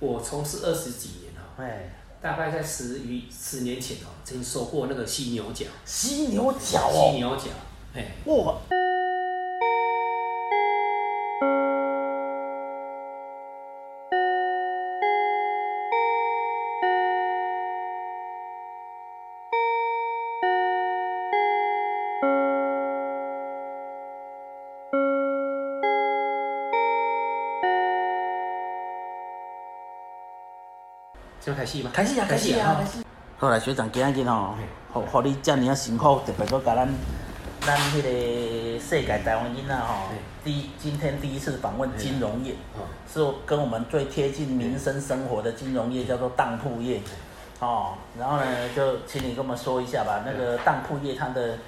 我从事二十几年哦，哎，大概在十余十年前哦，曾收获那个犀牛角，犀牛角犀哦，牛角，哎，哇，这开始吗？开始啊，开始啊，开！始。好啦，学长，今仔日吼，互互你遮尔啊辛苦，特别搁甲咱咱迄个世界台湾囡仔吼对，第一今天第一次访问金融业，哦，是跟我们最贴近民生生活的金融业叫做当铺业，哦，然后呢，就请你跟我们说一下吧，那个当铺业它的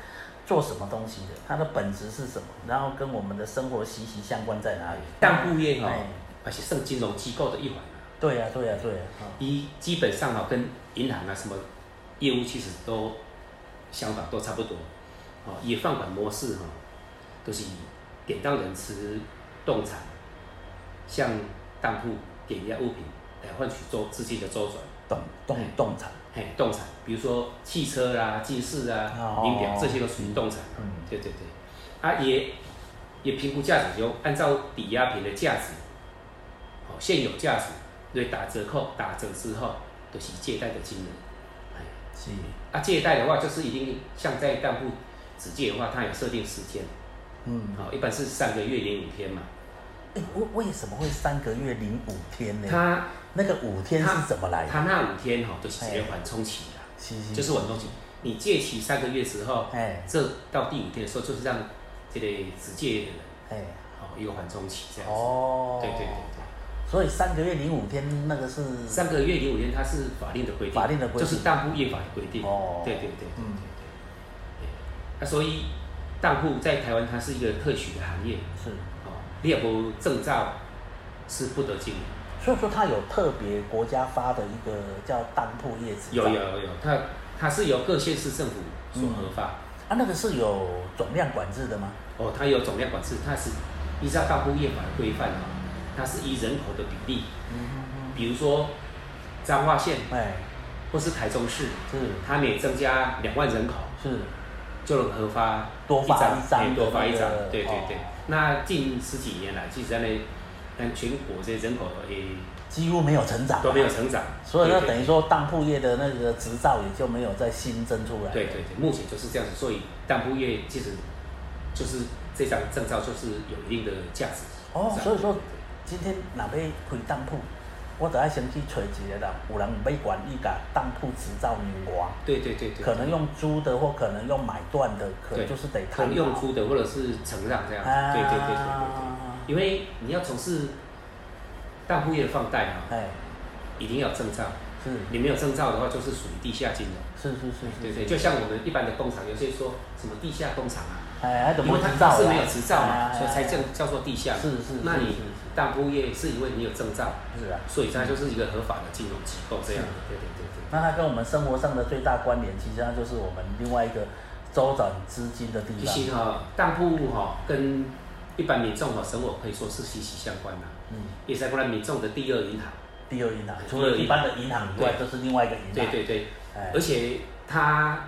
做什么东西的，它的本质是什么，然后跟我们的生活息息相关在哪里？当铺业哎哦，而且算金融机构的一环啊。对呀、对呀、对呀、嗯一基本上啊，跟银行啊什么业务其实都想法都差不多，哦，也放款模式哈、哦，都是以典当人持动产向当户抵押物品来换取周资金的周转，动动哎动产，嘿，动产，比如说汽车啦、近视啊哦、名表这些都属于动产，嗯对对对，啊也也评估价值，就按照抵押品的价值，哦现有价值，对打折扣打折之后，就是借贷的金额，哎，是，啊借贷的话就是一定像在干部只借的话，它有设定时间，嗯，哦一般是三个月零五天嘛，哎为为什么会三个月零五天呢？它那个五天是怎么来的？它那五天哈、哦、就是直哎接缓冲期啦，是是就是缓冲期，你借期三个月之后。哎这到第五天的时候，就是让这个直借的人哎哦一个缓冲期这样子。哦，对对对对，所以三个月零五天那个是三个月零五天，它是法令的规定，法令的规定就是当铺业法的规定。哦对对对，嗯对那所以当铺在台湾它是一个特许的行业，是，哦，你有无证照是不得经营。所以说它有特别国家发的一个叫当铺业执照，有有有，它它是由各县市政府所核发，啊，那个是有总量管制的吗？哦，它有总量管制，它是依照当铺业法的规范哦，它是以人口的比例。嗯，比如说彰化县哎或是台中市，是它每增加两万人口，是就能核发多发一张哎多发一张那个，对对对哦。那近十几年来，其实在那但全国这些人口也几乎没有成长，啊都没有，成长，所以那对等于说当铺业的那个执照也就没有再新增出来，对对对对，目前就是这样子，所以当铺业其实就是这张证照就是有一定的价值啊哦，在所以说今天若要开当铺，我得要先去找一个人，有人要管理甲当铺执照你我，对对对对，可能用租的或可能用买断的，可对能就是得可看能用租的或者是承让这样子，对对对对对对。啊因为你要从事当铺业的放贷啊，哎，一定要有证照。是你没有证照的话，就是属于地下金融。是是是对是，对，就像我们一般的工厂，有些说什么地下工厂啊，哎，还怎因么为执它照它啊是没有执照哎哎嘛，哎所以才叫叫做地下。是是是那是你是当铺业是因为你有证照，是啊。所以它就是一个合法的金融机构这样。对对对对。那它跟我们生活上的最大关联，其实它就是我们另外一个周转资金的地其方。实哈，当铺哈跟一般民众哈生活可以说是息息相关的，嗯，也在过来民众的第二银行。第二银行第二除了一银般的银行以外，就是另外一个银行。对对对，哎，而且它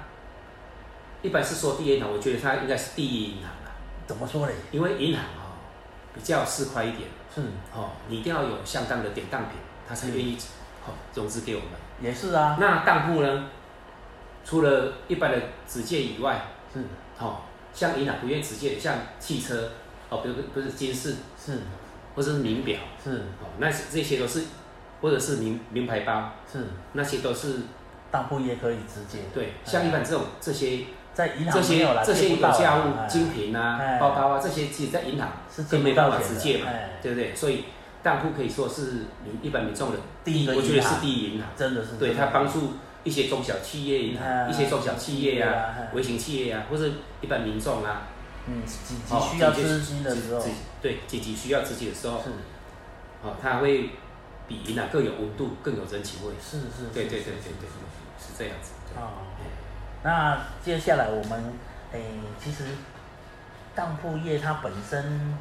一般是说第一银行，我觉得它应该是第一银行啦，怎么说嘞？因为银行哦比较市侩一点是哦，你一定要有相当的典当品，他才愿意哦融资给我们。也是啊，那当铺呢，除了一般的直借以外，是哦，像银行不愿意直借的，像汽车哦，不是不是金饰是或者是名表是哦，那是这些都是或者是名名牌包，是，那些都是当铺也可以直接对，像一般这种这些在银这行没些有啦，这些借有不到啦价哎物、精品啊哎、包包啊，这些其实在银行是借都不没到办法钱直的借嘛哎，对不对？所以当铺可以说是民一般民众的第一个我觉得银是行第一银行，真的是对真的它帮助一些中小企业银哎行、一些中小企业对呀啊、哎微型企业呀，或者一般民众啊，嗯急急哦需要紧急资金的时候紧是急对紧急需要资金的时候，哦，它会比银行更有温度、更有人情味。是是是，对对对是对对，是这样子。对哦哎那接下来我们诶，其实当铺业它本身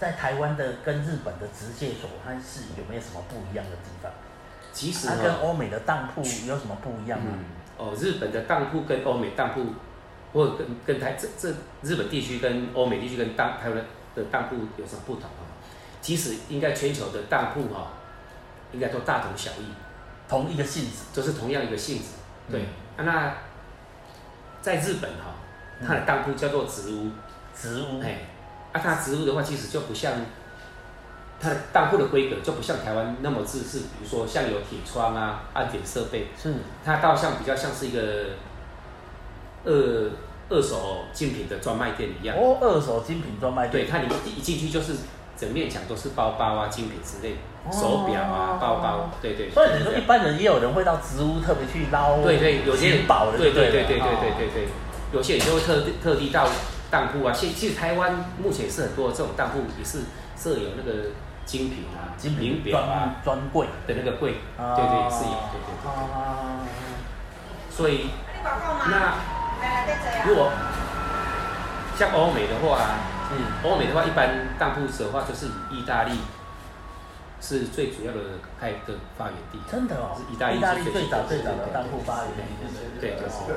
在台湾的跟日本的直接所，它是有没有什么不一样的地方？其实哦它哈、跟欧美的当铺有什么不一样吗？啊嗯，哦，日本的当铺跟欧美当铺，或者跟跟台这这日本地区跟欧美地区跟当台湾的当铺有什么不同啊？其实应该全球的当铺哈、应该都大同小异，同一个性质，就是同样一个性质。对，嗯啊那在日本哈、它的当铺叫做植屋，植物，哎，啊，它植物的话，其实就不像它的当铺的规格就不像台湾那么自制，比如说像有铁窗啊、安检设备，是它倒像比较像是一个二二手精品的专卖店一样。哦，二手精品专卖对，店，它里面一进去就是整面墙都是包包啊、精品之类，哦手表啊、包包，对对。所以就是这你说一样般人也有人会到植物特别去捞对对，有些人寻宝的，对对对了对对对哦对对对，有些人就会特地特地到当铺啊。现其实台湾目前是很多这种当铺也是设有那个精品啊、精名品表啊专专柜，的那个柜，哦对对是有，对对对。哦所以你广告吗？那来来，再这样。如果像欧美的话啊，是欧美的话，一般当铺子的话，就是以意大利是最主要的开的发源地。真的哦，是意大利利最早最早的当铺发源地，对，就是。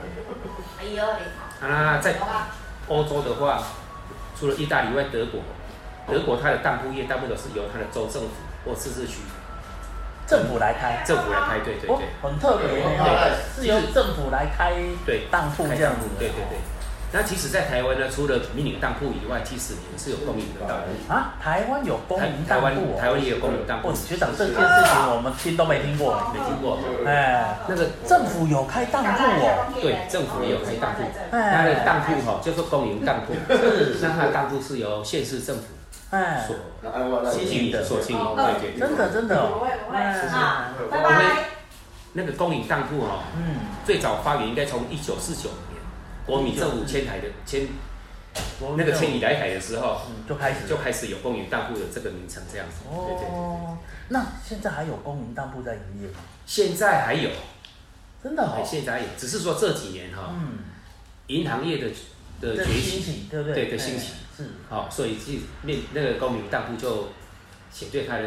哎呦，你啊，在好吧？欧洲的话，除了意大利以外，德国，德国它的当铺业大部分都是由它的州政府或自治区政府来开，政府来开，对对哦对，很特别耶对，是由政府来开对，当铺这样子，对对对。那其实，在台湾呢，除了民营当铺以外，其实也是有公营的当铺。啊，台湾有公台民台当湾铺哦，台湾也有公营当哦铺，，学长这件事情我们听都没听过，没听过。哎，那个政府有开当铺哦，对政府也有开当铺它哎，的当铺哈，就是公营当铺，那它的当铺是由县市政府哎所，经营的所经营，哦对对。对真的真的哦，哎啊，拜拜。那个公营当铺哦，嗯，最早发源应该从一九四九年国民政府迁台的迁哦那个迁移来台的时候，嗯就开始就开始有公营当铺的这个名称这样子。对对对。哦，那现在还有公民当铺在营业吗？现在还有，真的哦哎，现在还有，只是说这几年哈，嗯，银行业的的这崛兴起，起对不对？对对兴起哎是好，所以去面那个公民当铺就显对它的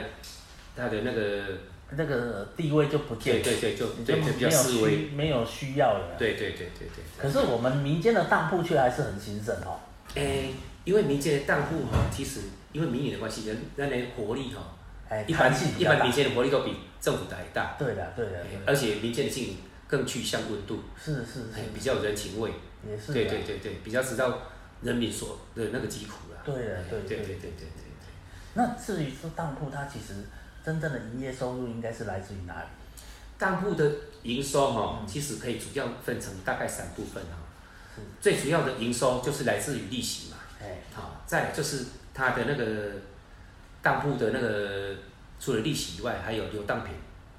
它的那个那个地位就不对见，对对，就你就对就比较没有思维需没有需要了。对对对对对。可是我们民间的当铺却还是很兴盛哦。诶、因为民间的当户哈，其实因为民营的关系，人人的活力哈，哎，一般弹性比一较般大民。间的活力都比政府的还大，对的，对的，诶对的而且民间的经营更趋向温度，是是诶是，哎比较有人情味，也是的。啊对对对对，比较知道人民所的那个疾苦啦。对的诶对对对对对对对那至于说当铺，它其实真正的营业收入应该是来自于哪里？当户的营收哈，其实可以主要分成大概三部分哈嗯是，最主要的营收就是来自于利息嘛，哎，好，再来就是它的那个当铺的那个，除了利息以外，还有流当品，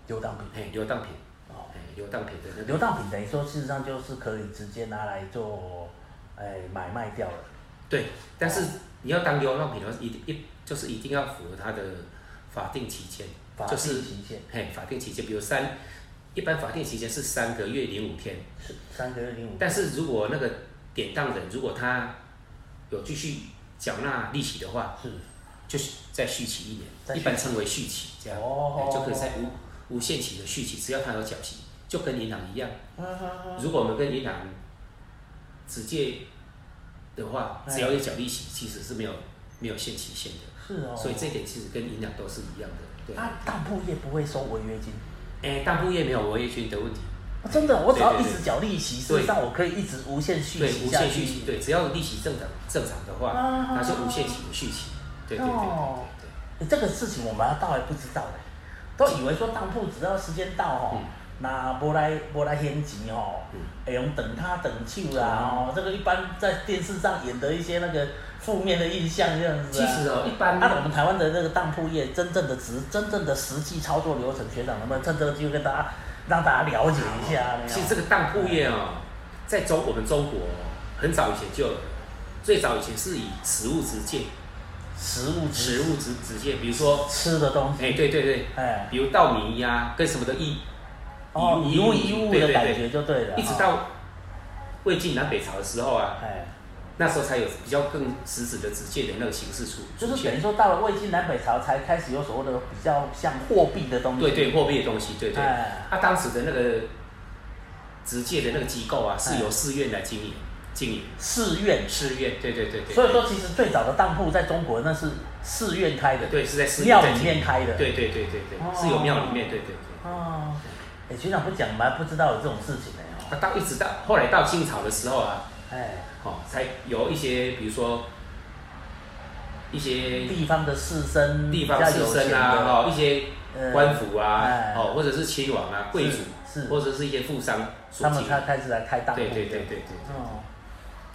流当品嘿，流当品，哦，嘿，流当品的那个，流当品等于说事实上就是可以直接拿来做，哎，买卖掉了。对，但是你要当流当品的话，一定一就是一定要符合它的法定期间，法定就是期限嘿，法定期间，比如三，一般法定期间是三个月零五天，是三个月零五，但是如果那个典当人如果他有继续缴纳利息的话，是就是再续期一再年，续一般称为续期，这样、哦哎就可以在无无限期的续期，只要他有缴息，就跟银行一样。嗯如果我们跟银行直接的话，哎只要有缴利息，其实是没有没有限期限的，是哦，啊所以这一点其实跟银行都是一样的。对，那当铺业不会收违约金。哎、当铺业没有违约金的问题，啊真的，我只要对一对对直缴利息，事对实上我可以一直无限续对，息无下限去。续期，对，只要利息正常正常的话，啊那就无限期的续期。对对对对哦对对。欸这个事情我们还倒还不知道嘞，都以为说当铺只要时间到吼嗯，那无来无来献钱吼嗯，会用等他等手啦哦，这个一般在电视上演的一些那个负面的印象这样子其啊。实哦，一般按、我们台湾的那个当铺业真正的实真正的实际操作流程，学长能不能趁这个机会跟大家让大家了解一下？有没啊有其实这个当铺业哦，在中我们中国哦很早以前就有了，最早以前是以食物直接，食物食物直直接，比如说，吃的东西，哎，对对对，哎、比如稻米呀、跟什么的衣，哦，衣一物物一物对的对感对觉就对了，一直哦到魏晋南北朝的时候啊，哎，那时候才有比较更实质的、直接的那个形式出就是现等于说到了魏晋南北朝才开始有所谓的比较像货币的东西。对对，货币的东西，对对。哎，他、当时的那个直接的那个机构啊，是由寺院来经营经营。寺院。寺院，对对对对。所以说，其实最早的当铺在中国那是寺院开的。。对是在寺庙在里经营面开的对对对对对，哦是有庙里面，对对对。哦。哎，局长不讲，我们还不知道有这种事情呢、哦。那到一直到后来到清朝的时候啊，哎，哦，才有一些比如说一些地方的士绅，地方士绅啊，哦，一些呃官府啊哎，哦，或者是亲王啊、贵族，是是或者是一些富商所他经们营才开始来开当铺。对对对对对，哦，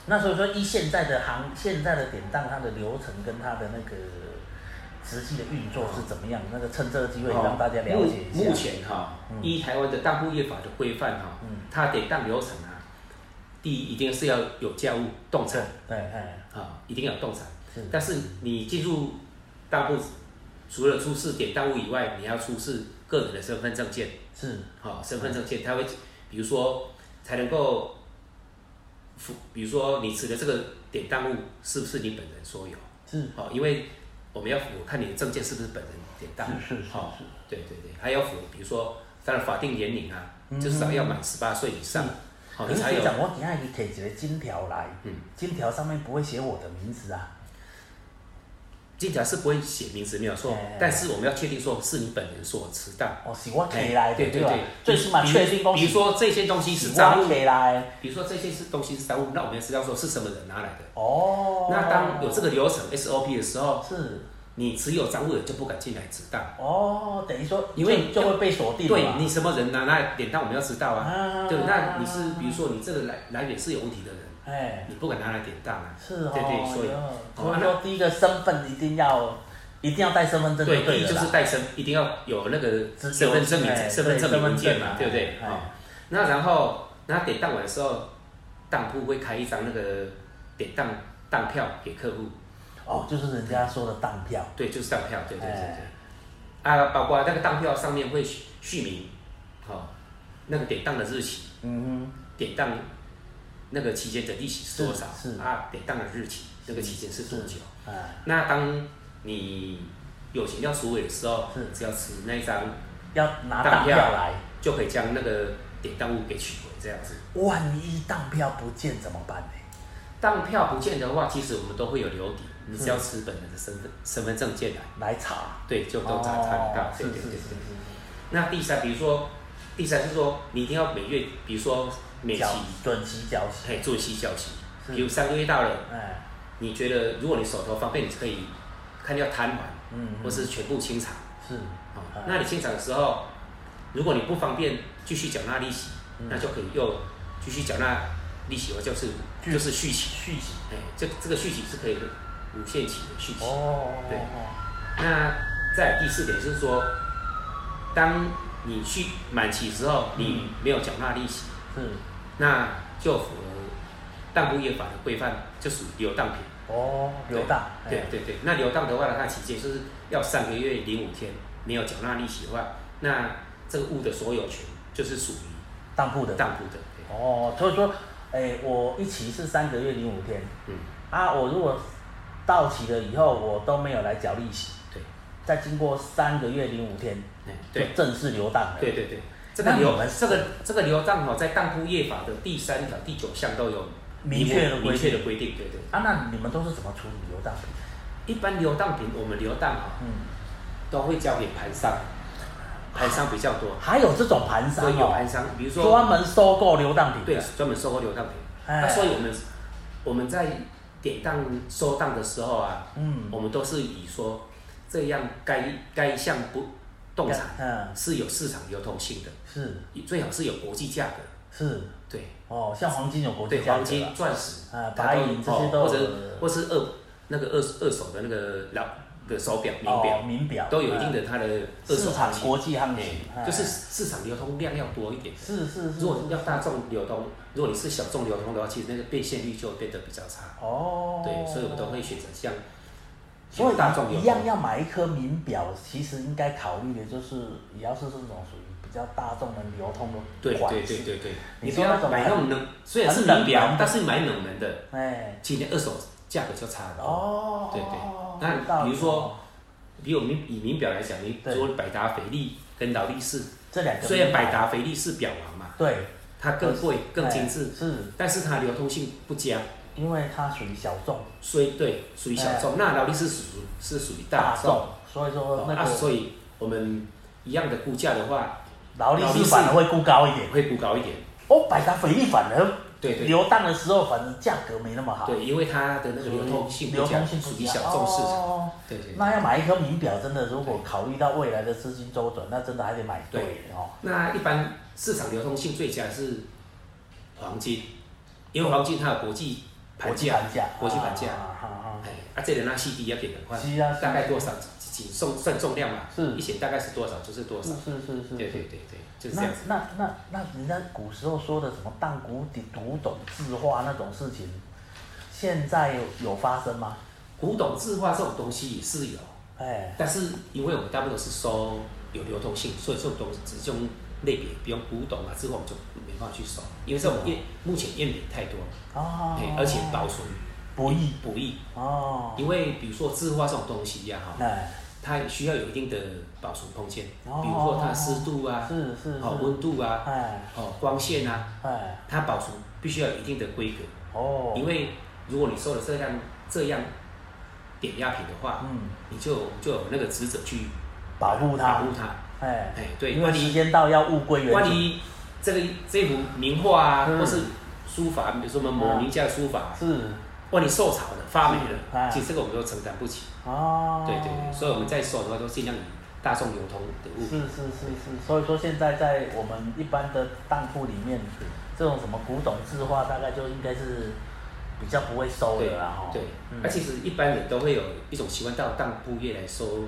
那所以说，依现在的行，现在的典当，它的流程跟它的那个实际的运作是怎么样？那个趁这个机会让大家了解哦一目下。目前哈，嗯依台湾的当铺业法的规范哈嗯，它典当流程啊，第一一定是要有价物动产对，哎，啊，一定要有动产。是但是你进入当铺，除了出示典当物以外，你要出示个人的身份证件。是，好、身份证件，它会比如说才能够符，比如说你持的这个典当物是不是你本人所有？是好、因为我们要符合看你的证件是不是本人典当。是是是好、对对对，还要符合，比如说当然法定年龄啊，嗯至少要满十八岁以上，好、可你是哦才学有。长，我等一下你给几个金条来，嗯，金条上面不会写我的名字啊。金条是不会写名字没有错哎哎哎，但是我们要确定说是你本人所持当。哦，是我给哎来的，对对吧对？，最起码比确定公司比如说这些东西是是赃我物，给来。比如说这些是东西是赃物，那我们要知道说是什么人拿来的。哦，那当有这个流程 SOP 的时候，是你持有赃物人就不敢进来值当，哦，等于说因为就就会被锁定对嘛你什么人拿那典当我们要知道啊。啊对，那你是比如说你这个来来源是有问题的人，哎，你不敢拿来典当啊。是哦，对对，所以哟哦所以啊说第一个身份一定要一定要带身份证对，对第一了就啦是带身，一定要有那个自由身份证明哎、身份证对明文件嘛，对身份证不对？哎啊，那然后那典当完的时候，当铺会开一张那个典当当票给客户，哦，就是人家说的当票，对，就是当票，对对对哎对。啊，包括那个当票上面会续续名，好、那个典当的日期，嗯典当那个期间的利息是多少？是是啊，典当的日期，那个期间是多久？哼，哎，那当你有钱要赎回的时候是，只要持那一张要拿当当票票来，就可以将那个典当物给取回，这样子。万一当票不见怎么办呢？当票不见的话，其实我们都会有留底，你只要持本人的身份身份证件来，来查，对，就都查哦查得到。对是对是对是对。是，那第三，比如说，第三是说你一定要每月，比如说每是期缴，准期缴息，嘿，做息缴息。是比如三个月到了，哎，你觉得如果你手头方便，你可以看要摊还，嗯，或是全部清偿。是，哦嗯，那你清偿的时候，如果你不方便继续缴纳利息，嗯那就可以又继续缴纳利息，就是续就是续期。续集，哎，这这个续期是可以无限期的续期。哦，对哦那在第四点就是说，当你去满期之后，嗯你没有缴纳利息，哦是，那就符合当铺业法的规范，就属于流荡品。哦，对流荡，对哎对对，那流荡的话呢，它期间就是要三个月零五天没有缴纳利息的话，那这个物的所有权就是属于当铺的，当铺的。对哦，所以说，哎，我一期是三个月零五天，嗯，啊，我如果到期了以后，我都没有来缴利息，对，再经过三个月零五天，哎就对正式流荡了。对，对对，这个那流你们这个这个流荡哦，在当铺业法的第三条、第九项都有明确的规定明确的规定。对对，啊，那你们都是怎么处理流荡？一般流荡品我们流荡哈嗯，都会交给盘商，盘商比较多，还有这种盘商所以有哦，盘商，比如说专门收购流荡品对的。，专门收购流当品。哎那所以我们我们在典当收当的时候啊，嗯，我们都是以说这样该该项不动产嗯，是有市场流通性的，是最好是有国际价格，是，对哦，像黄金有国际对，价格黄啊金、钻石啊它白银这些哦都有或者或是二那个二二手的那个老的手表、名哦，表，名表都有一定的它的二手市行场情国际行情，哎哎就是市场流通量要多一点。是是是如，果要大众流通，如果你是小众流通的话，其实那个变现率就会变得比较差。哦，对，所以我们都会选择像所以大众有一样要买一颗名表，其实应该考虑的就是，也要是这种属于比较大众的流通对的款对对式。对对，你你不说那要种买那种冷，虽然是很冷名表门，但是你买冷门的，哎，今天二手价格就差了。哦，对对那有道理比如说比我们以名表来讲，你对除了百达翡丽跟劳力士，这两个虽然名牌百达翡丽是表王嘛，对它更贵更精致哎，是但是它流通性不佳，因为它属于小众所以对属于小众。那劳力士属于是属于大大众众，，所以说哦那那个所以我们一样的估价的话，劳力劳士力士反而会估高一点。会估高一点。哦，百达翡丽反而对对流荡的时候，反正价格没那么好，对，因为它的那个流通性流不佳，通性不属于佳小众市场。哦对对。对那要买一颗名表，真的如果考虑到未来的资金周转，那真的还得买对的哦。那一般市场流通性最佳是黄金，因为黄金它有国际盘国际价盘价，，国际盘价。啊啊啊哎，啊，这人拿 CD 要给很啊快，是啊，大概多少？几重算重量嘛？是一显大概是多少就是多是少。是是是对对是。对对，就是这那样子。那那那人家古时候说的什么荡古鼎古董字画那种事情，现在有有发生吗？古董字画这种东西也是有，哎，但是因为我们大部分都是收有流通性，所以这种东西这种类别，比如古董啊，之后我们就没办法去收，因为这种赝目前赝品太多，啊哦哎，，而且保存不易不易。哦，因为比如说字画这种东西呀，哈，哎，它需要有一定的保存空间，比哦嗯如说它的湿度啊，是是哦是，温度啊，哎哦光线啊，哎，它保存必须要有一定的规格，哦，因为如果你收了这样这样点压品的话，嗯，你就就有那个职责去保护它保护它。哎，哎，对，因为万时一间到要物归原万主，一这个这幅名画啊，嗯或是书法，比如说我们某嗯名家的书法，是万一受潮了、发霉哎了，其实这个我们都承担不起。哦，对对对，所以我们在收的话都尽量以大众流通的物是是是是，所以说现在在我们一般的当铺里面，这种什么古董字画，大概就应该是比较不会收对的啦，哈。对啊嗯，而其实一般人都会有一种习惯到当铺业来收，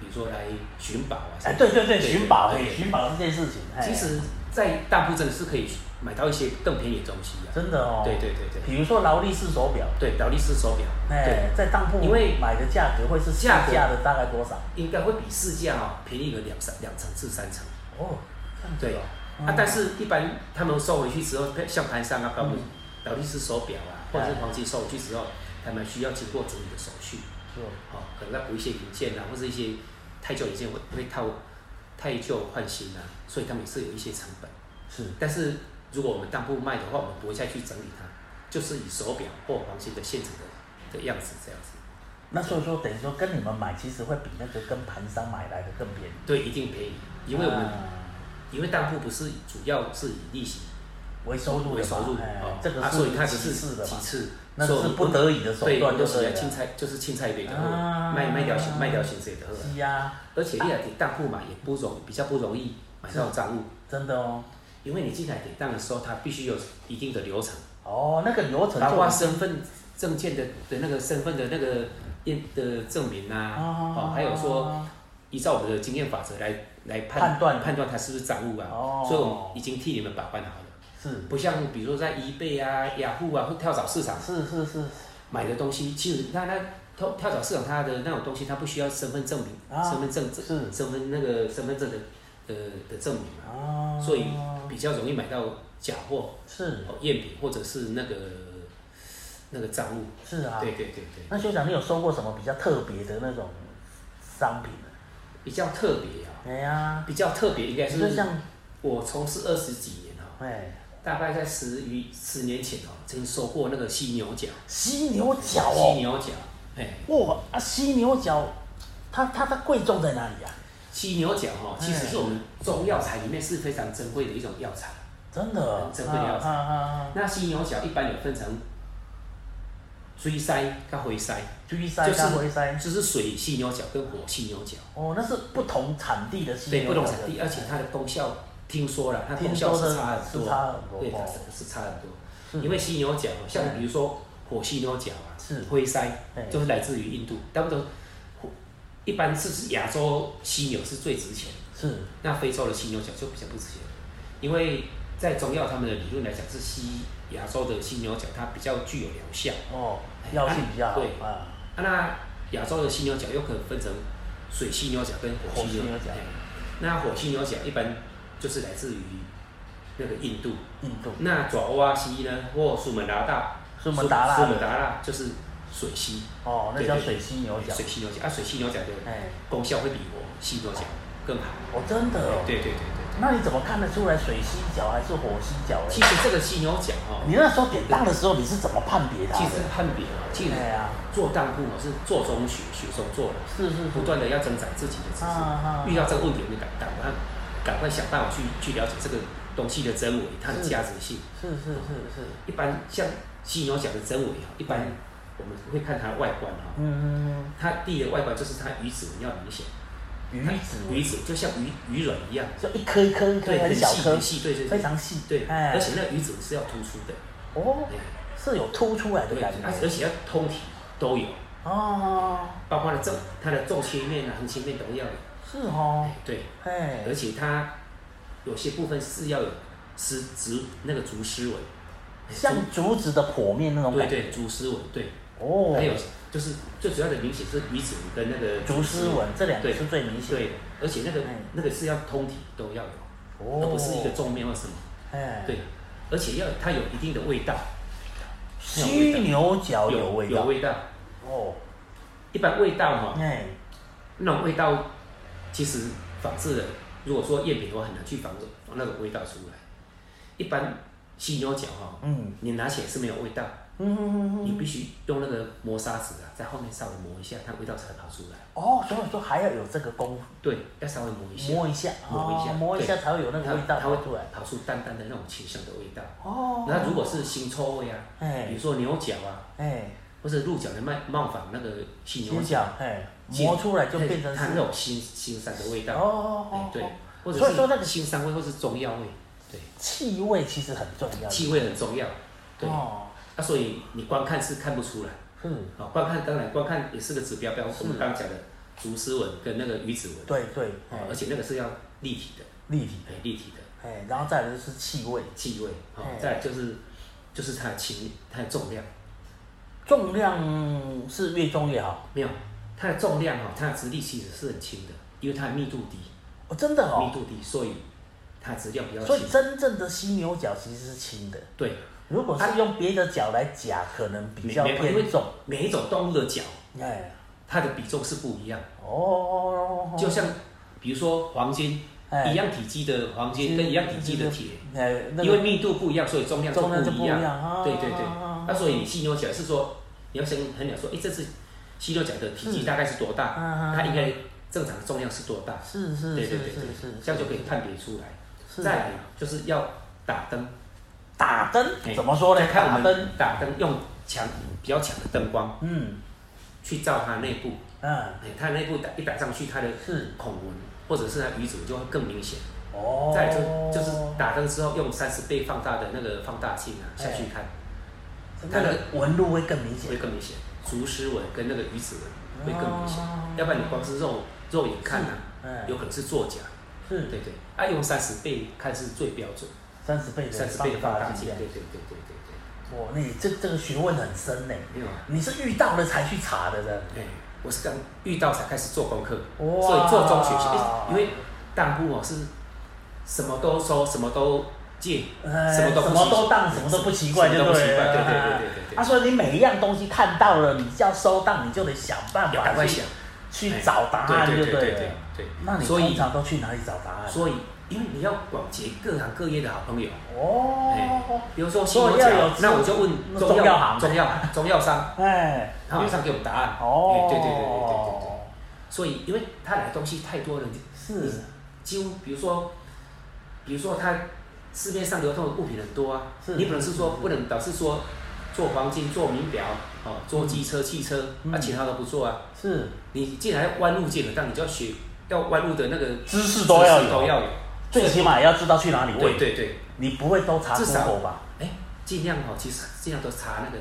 比如说来寻宝啊。哎，对对对，对寻宝，对嘿对寻宝这件事情，哎嘿其实，在当铺真的是可以买到一些更便宜的东西啊。真的哦，对对对对比如说劳力士手表，对，劳力士手表，对，哎，在当铺因为买的价格会是市价格价的大概多少？应该会比市价哦便宜个两三两成至三成。哦，这样子对哦，嗯啊，但是一般他们收回去之后，像盘商啊，包括嗯劳力士手表啊，或者是哎黄金收回去之后，他们需要经过整理的手续。是哦哦，可能要补一些零件啊，或是一些太旧零件会会套太旧换新啊，所以他们也是有一些成本。是但是如果我们当铺卖的话，我们不会再去整理它，就是以手表或黄金的现成的的样子这样子。那所以说，等于说跟你们买，其实会比那个跟盘商买来的更便宜，对，一定便宜，因为我们、啊因为当铺不是主要是以利息为收入的为嘛收入哎哦，这个啊是所以它只其是次的其嘛，次，那所以是我们不得已的手对，段，就就是对啊了青。菜就是青菜类的，啊卖卖掉卖掉薪水的，是呀，而且你来给当铺买也不容比较不容易买到赃物。真的哦。因为你进来典当的时候，它必须有一定的流程，哦，那个流程包括就身份证件的的那个身份的那个验的证明呐、啊哦，还有说依照我们的经验法则来来判判断判断它是不是赃物啊，哦所以我们已经替你们把关好了，是不像比如说在 eBay 啊、雅虎啊或跳蚤市场是是是买的东西，其实它那跳跳蚤市场它的那种东西，它不需要身份证明、啊身份证、是身份那个身份证的的的证明嘛，哦，所以比较容易买到假货。是哦，赝品或者是那个那个赃物。是啊。对对对对，那修长，你有收过什么比较特别的那种商品呢？比较特别啊，哎呀，比较特别应该就是像我从事二十几年哦，哎大概在十余十年前哦，曾收过那个犀牛角。犀牛角犀哦，牛角，哎，哇啊，犀牛角，它它它贵重在哪里啊？犀牛角哦，其实哎是我们中药材里面是非常珍贵的一种药材。真的，真的要啊啊啊！那犀牛角一般有分成追鳃跟回鳃，居塞就是加回塞，就是水犀牛角跟火犀牛角。哦，那是不同产地的犀对，牛角不同产地，而且它的功效听说了，它听功效说是的差很是多，差很多对，它哦是是差很是多。因为犀牛角，像比如说火犀牛角啊，是灰鳃对，就是来自于印度，大部分都火一般是亚洲犀牛是最值钱，是那非洲的犀牛角就比较不值钱，因为在中药他们的理论来讲，是西亚洲的犀牛角它比较具有疗效。哦，药性比较好对啊，啊那亚洲的犀牛角又可以分成水犀牛角跟火犀牛火犀牛角哎那火犀牛角一般就是来自于那个印度，印度那爪哇西呢或苏门答腊，苏门答腊苏门答腊就是水犀，哦，那叫水犀牛角，水犀牛角啊，水犀牛角的哎，功效会比火犀牛角更好。哦，真的哦，对对对对那你怎么看得出来水犀角还是火犀角对，嘞其？实这个犀牛角哈、你那时候典当的时候，你是怎么判别它其的？实判别啊，其实对啊，做当铺哦是做中学，学中做人，是是不是，断的要增长自己的知识。啊遇到这个问题，我们赶赶快赶快想办法去去了解这个东西的真伪，它的是价值性。是是是是，一般像犀牛角的真伪啊，一般我们会看它的外观哈、嗯嗯它第一个外观就是它鱼子纹要明显，嗯，鱼它鱼子子就像鱼鱼卵一样，就一颗一颗一颗对，很很小细颗很，细，对对非对常细，对，哎而且那个鱼子纹是要突出的，哦，是有凸出来对的对，而感且而觉，且要通体都有，哦，包括它的正它的纵切面啊、横切面都要有，是哦，对，哎而，且它有些部分是要有丝植那个竹丝纹，像竹竹子的剖面那种对感觉，对竹丝纹，对，哦还，有就是最主要的明显是鱼子纹跟那个竹丝纹这两个对是最明显的，对，而且那个嗯那个是要通体都要有，哦而不是一个，纵面或什么，哎，对，而且要它有一定的味道，犀牛角有味有道，味道，哦，一般味道哈、哎，那种味道，其实仿制的，如果说赝品的话，很难去仿制那种味道出来。一般犀牛角哈、嗯你拿起来是没有味道，嗯嗯嗯你嗯，必须用那个磨砂纸啊，在后面稍微磨一下，它味道才跑出来。哦，所以说还要有这个功夫。对，要稍微磨一下，摸一下，磨一下哦摸一下对才会有那个它味道它会跑出来。跑出淡淡的那种清香的味道。哦，那如果是腥臭味啊，比哎如说牛角啊，哎，或者鹿角的冒冒仿那个犀牛牛角角，哎，其实磨出来就变成它那是种腥腥膻的味哦道。哦哎哦，对哦，或者所以说那是个腥膻味，或是中药味，对。气味其实很重要。气味很重要，对，那、哦，所以你光看是看不出来，是，哦，光看当然光看也是个指标标，是我们刚刚讲的竹丝纹跟那个鱼子纹，对对，哦哎，而且那个是要立体的，立体，哎，立体的哎，然后再来就是气味，气味，哦哎，再来就是就是它的轻它的重量，重量是越重越好。没有，它的重量哦，它的质地其实是很轻的，因为它的密度低，哦，真的密哦，度低，所以它的质量比较所轻以，真正的犀牛角其实是轻的，对，如果啊是用别的角来夹，可能比每较每因为偏重。每一种动物的脚，哎，它的比重是不一样，哦，就像比如说黄金。哎一样体积的黄金跟一样体积的铁，哎，那因个为密度不一样，所以重量就重量就不不一一样。样啊。对对对啊，那所以犀牛角是说，你要先衡量说，诶，这次犀牛角的体积是大概是多啊大？啊它应该正常的重量是多大？是是对是对是对对是，，这样就可以判别出来。是再来就是要打灯，哎打灯怎么说呢？再看我打灯们，哦打灯用强比较强的灯光嗯去照它内部，嗯，诶它内部打一打上去，它的是孔纹或者是它鱼嘴就会更明显。哦。再来就就是打灯之后用三十倍放大的那个放大镜啊下去看，那个纹路会更明会显，更明显，竹丝纹跟那个鱼子纹会更明显哦。要不然你光是肉肉眼看啊，哎有可能是作假。对是对，啊用三十倍看是最标准，三十倍的三十倍的放大镜。镜对。对对对对哇，那你这这个学问很深呢，对，没有啊。你是遇到了才去查的呢。哎，我是刚遇到才开始做功课，哇所以做中学习，哎因为当铺哦是什么都收，什么都借，哎什么都不什么都奇当，什么都不奇怪，什就么都不奇对怪了。对对对对对对啊，所以你每一样东西看到了，你要收档，你就得想办啊要赶法快去想。哎去找答案，对就对对了对。对。那你所通以常都去哪里找答案？所以因为你要广结各行各业的好朋友，哦，比如说新闻所以要有角，那我就问中药行中药 行中药商，哎，他马上给我们答案。哦哎，对对对对对对对。所以因为他来的东西太多了，你是几乎比如说，比如说他市面上流通的物品很多啊，是你不能是说是是不能导致说做黄金、做名表、哦做机车、汽车，嗯啊其他都不做啊。是，你既然要弯路见得到，你就要学要弯路的那个知识都要有知识都要有。最起码也要知道去哪里对问，对对，你不会都查至少 Google 吧？哎，尽量哦，其实尽量都查那个，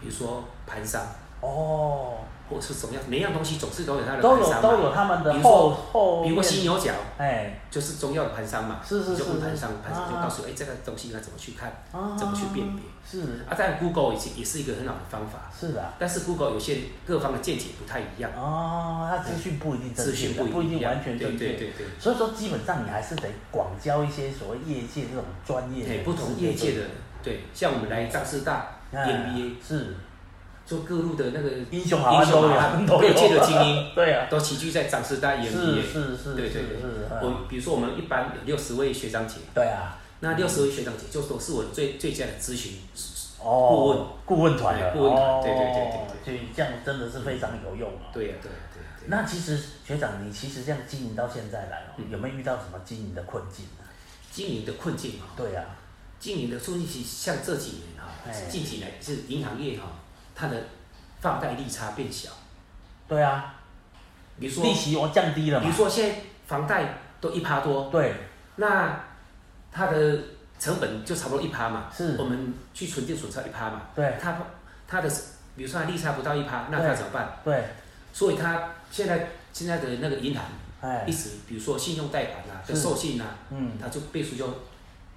比如说盘商哦，或是怎么样，每样东西总是都有它的都盘有商都嘛。有他们比的如后说后比如面说，犀牛角哎，就是中药的盘商嘛，是是你就是问是盘商，盘商就啊告诉哎、这个东西应该怎么去看，啊怎么去辨别。是啊，在 Google 也是也是一个很好的方法，是啊的，但是 Google 有些各方的见解不太一样，哦，他资讯不一定正资确讯的，不一一定样完全正对对确。对对。所以说，基本上你还是得广交一些所谓业界这种专业哎，的不同业界的，对，像我们来张师大哎 MBA，是就各路的那 个英英雄好汉雄啊都好有汉，都各界的有，精英 对啊，都齐聚在张师大是 MBA。是是对是对对是，嗯我比如说我们一般有六十位学长姐，对啊，那六十位学长姐就都是我最最佳的咨询，顾问哦，顾问团的，哎顾问团哦对对对所以这样真的是非常有用啊。对呀对呀对呀对呀。那其实学长，你其实这样经营到现在来哦，嗯有没有遇到什么经营的困境呢？经营的困境啊，对啊，经营的困境像这几年哈哎，近几年是银行业哈，啊它的放贷利差变小，对啊，比如说利息我降低了比如嘛，说现在房贷都一趴多，对，那它的成本就差不多一趴嘛，是我们去存定损差一趴嘛，对它它的比如说它利差不到一趴，那它对怎么办？对，所以它现在现在的那个银行哎一，直，比如说信用贷款啊、是跟授信啊，嗯，它就倍数就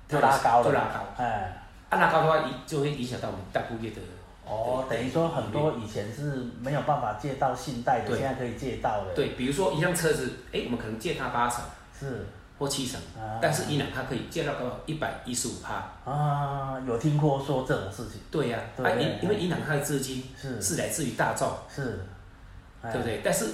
就拉高了，就拉高，哎，啊拉高的话，一就会影响到我们大部业的哦，等于说很多以前是没有办法借到信贷的，对现在可以借到的，，对，比如说一辆车子，哎，我们可能借它八成是或七成啊，但是银行它可以借到高一百一十五趴，啊，有听过说这种事情，对呀、啊，对银因为银行它的资金是是来自于大众，是，哎对不对？但是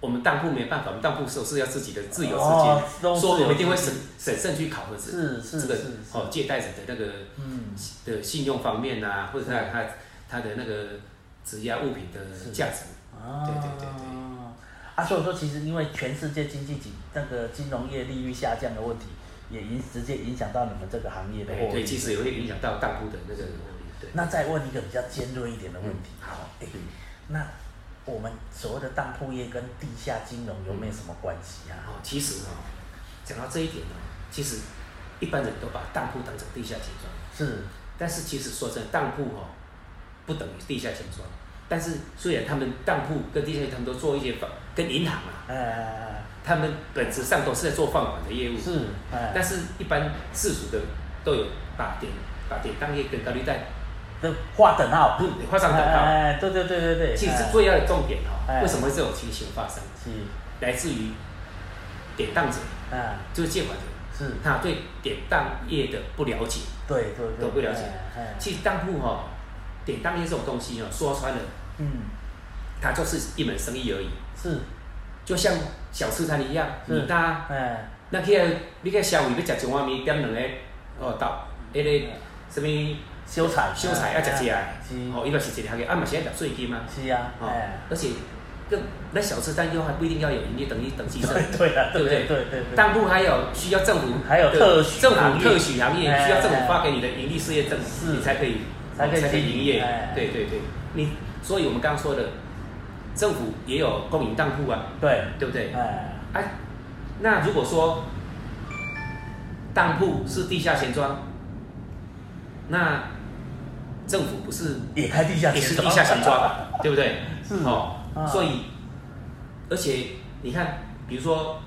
我们当铺没办法，我们当铺是是要自己的自由资哦金，都所以我们一定会自审由审慎去考核这是是这是个是，哦借贷者的那个嗯，的信用方面啊，或者他他他的那个质押物品是的价值，啊，对对对对啊，所以说其实因为全世界经济景那个金融业利率下降的问题，也影直接影响到你们这个行业的哎获对，利。其实也会影响到当铺的那个获利，对，那再问一个比较尖锐一点的问题，嗯好哎嗯那我们所谓的当铺业跟地下金融有没有什么关系啊？哦，其实哦，讲到这一点哦，其实一般人都把当铺当成地下钱庄。是但是其实说真的，当铺哦，不等于地下钱庄。但是虽然他们当铺跟地下钱他们都做一些房跟银行啊，呃他们本质上都是在做放款的业务，是嗯但呃，是一般世俗的都有把典把典当业跟高利贷这划等号，不画嗯上等号。哎，对对对对对，其实哎最要的重点哦哎，为什么会这种情形发生？是来自于典当者，啊就是借款者，是，他对典当业的不了解。对对对，都不了解哎，哎其实当铺哦，典当业这种东西哦，说穿了，嗯它就是一门生意而已。是，就像小吃摊一样，是你搭哎那个你去消费要食一碗面，点两个哦豆，迄个什么修彩小菜要食一个是，哦伊嘛是一个，啊嘛是要入税金嘛，是哎啊，哦哎，，而且更那小吃摊又还不一定要有营业等于等级证，对对啊，对不对对对对，当铺还有需要政府还有的特许政行府业特许行业哎需要政府发给你的盈利事业证，是你才可以才可以才可以经营营业哎，对对对，你所以我们刚刚说的，政府也有公营当铺啊，对，对不对？哎哎，那如果说当铺是地下钱庄，那政府不是也开地下也钱是庄地下钱庄，啊对不对？是哦啊，所以而且你看，比如说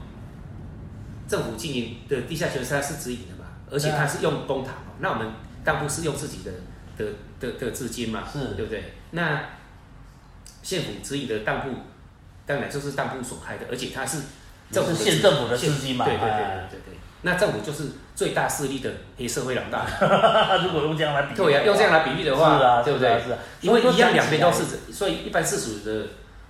政府经营的地下钱庄它是直营的嘛，而且对啊它是用公帑哦，那我们当铺是用自己的的的的资金嘛，是 对不对？那县府指引的当铺，当然就是当铺所开的，而且它是政府的也是县政府的资金嘛对对对哎对对对。那政府就是最大势力的黑社会老 大，如果用这样来比，对啊呀、用这样来比喻的是话，啊，对不是啊对？是啊，因为所以说一样讲两起边都来是，所以一般世俗的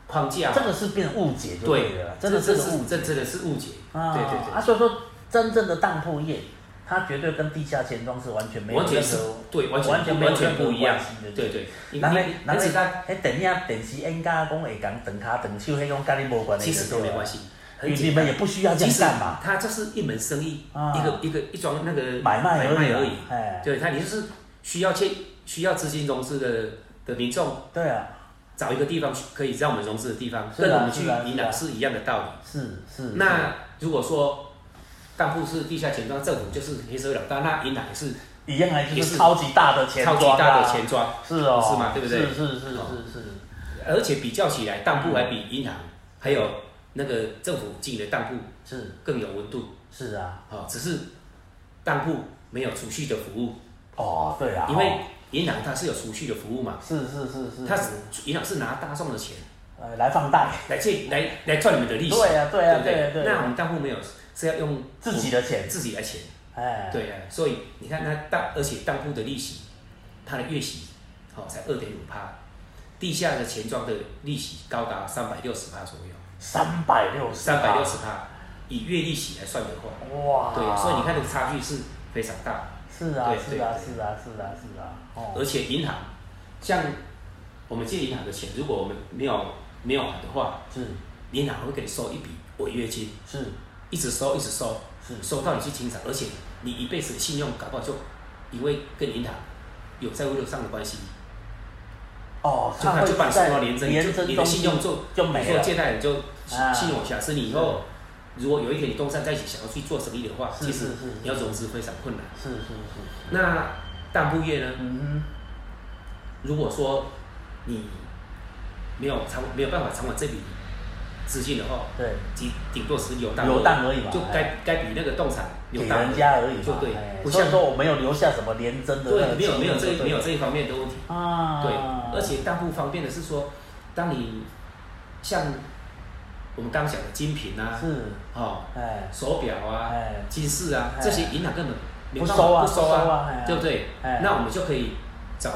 框架，这个是变误解就对对了，，这真的这啊是是个误解这真的是误解，啊，对啊，对所以说真正的当铺业，它绝对跟地下钱庄是完全没对，有完全任是何。对，完全完全没有完全不一样任何关系，对对，你那你那而且它迄电影、电视演家讲会讲长骹长手，迄种跟你无关的，其实都没关系。系，很你简们单也。不需要这其样实干嘛？它就是一门生意，啊一个一个一桩那个买卖买卖而已嘛，哎，对，它你就是需要去需要资金融资的的民众对啊，找一个地方去可以让我们融资的地方，是啊跟我们去是啊银是啊行是一样的道理。是是。啊那如果说当铺是地下钱庄，政府就是黑社会老大，那银行也是是一样啊，就也是是超级大的钱超级庄大啊的钱庄。是哦，是嘛对不对是是是是哦是是，而且比较起来，当铺还比银行还有那个政府经营的当铺是更有温度是啊，哦，只是当铺没有储蓄的服务，哦，对啊，因为哦银行它是有储蓄的服务嘛，是是是是，它是是银行是拿大众的钱呃来放贷，来借来来赚你们的利息，对啊对啊不对啊对啊那我们当铺没有，是要用自己的钱，自己来钱，哎，对啊，所以你看它当而且当铺的利息，它的月息好、才二点五趴，地下的钱庄的利息高达三百六十趴左右，三百六十，三百六十趴，以月利息来算的话，哇，对，所以你看这个差距是非常大，是啊对是对啊对是啊是啊是啊，而哦，且银行像我们借银行的钱，如果我们没有没有还的话，是银行会给你收一笔违约金，是一直收一直收，是收到你去清偿，而且你一辈子的信用搞不好就因为跟银行有债务流上的关系，哦，就他就把你送到连廉政，就你的信用就就你没说了，借贷人就啊信信用瑕疵，你以后如果有一天你东山再起，想要去做生意的话，是其是实是你要融资非常困难。是是是，那当铺业呢？嗯如果说你没有偿没有办法偿还这笔资金的话，哼，对，顶顶多是游荡游荡而已嘛哎就该该比那个动产游给荡人家而已就嘛，对哎，不所像以说我没有留下什么连真的那对个没有记录没有这就没有对这一方面的问题。啊，对，而且当铺方便的是说，当你像我们刚刚讲的精品啊，是哦，哎手表啊、哎金饰啊哎，这些银行根本没不办法收啊不收不收啊哎啊呀，对不对哎？那我们就可以找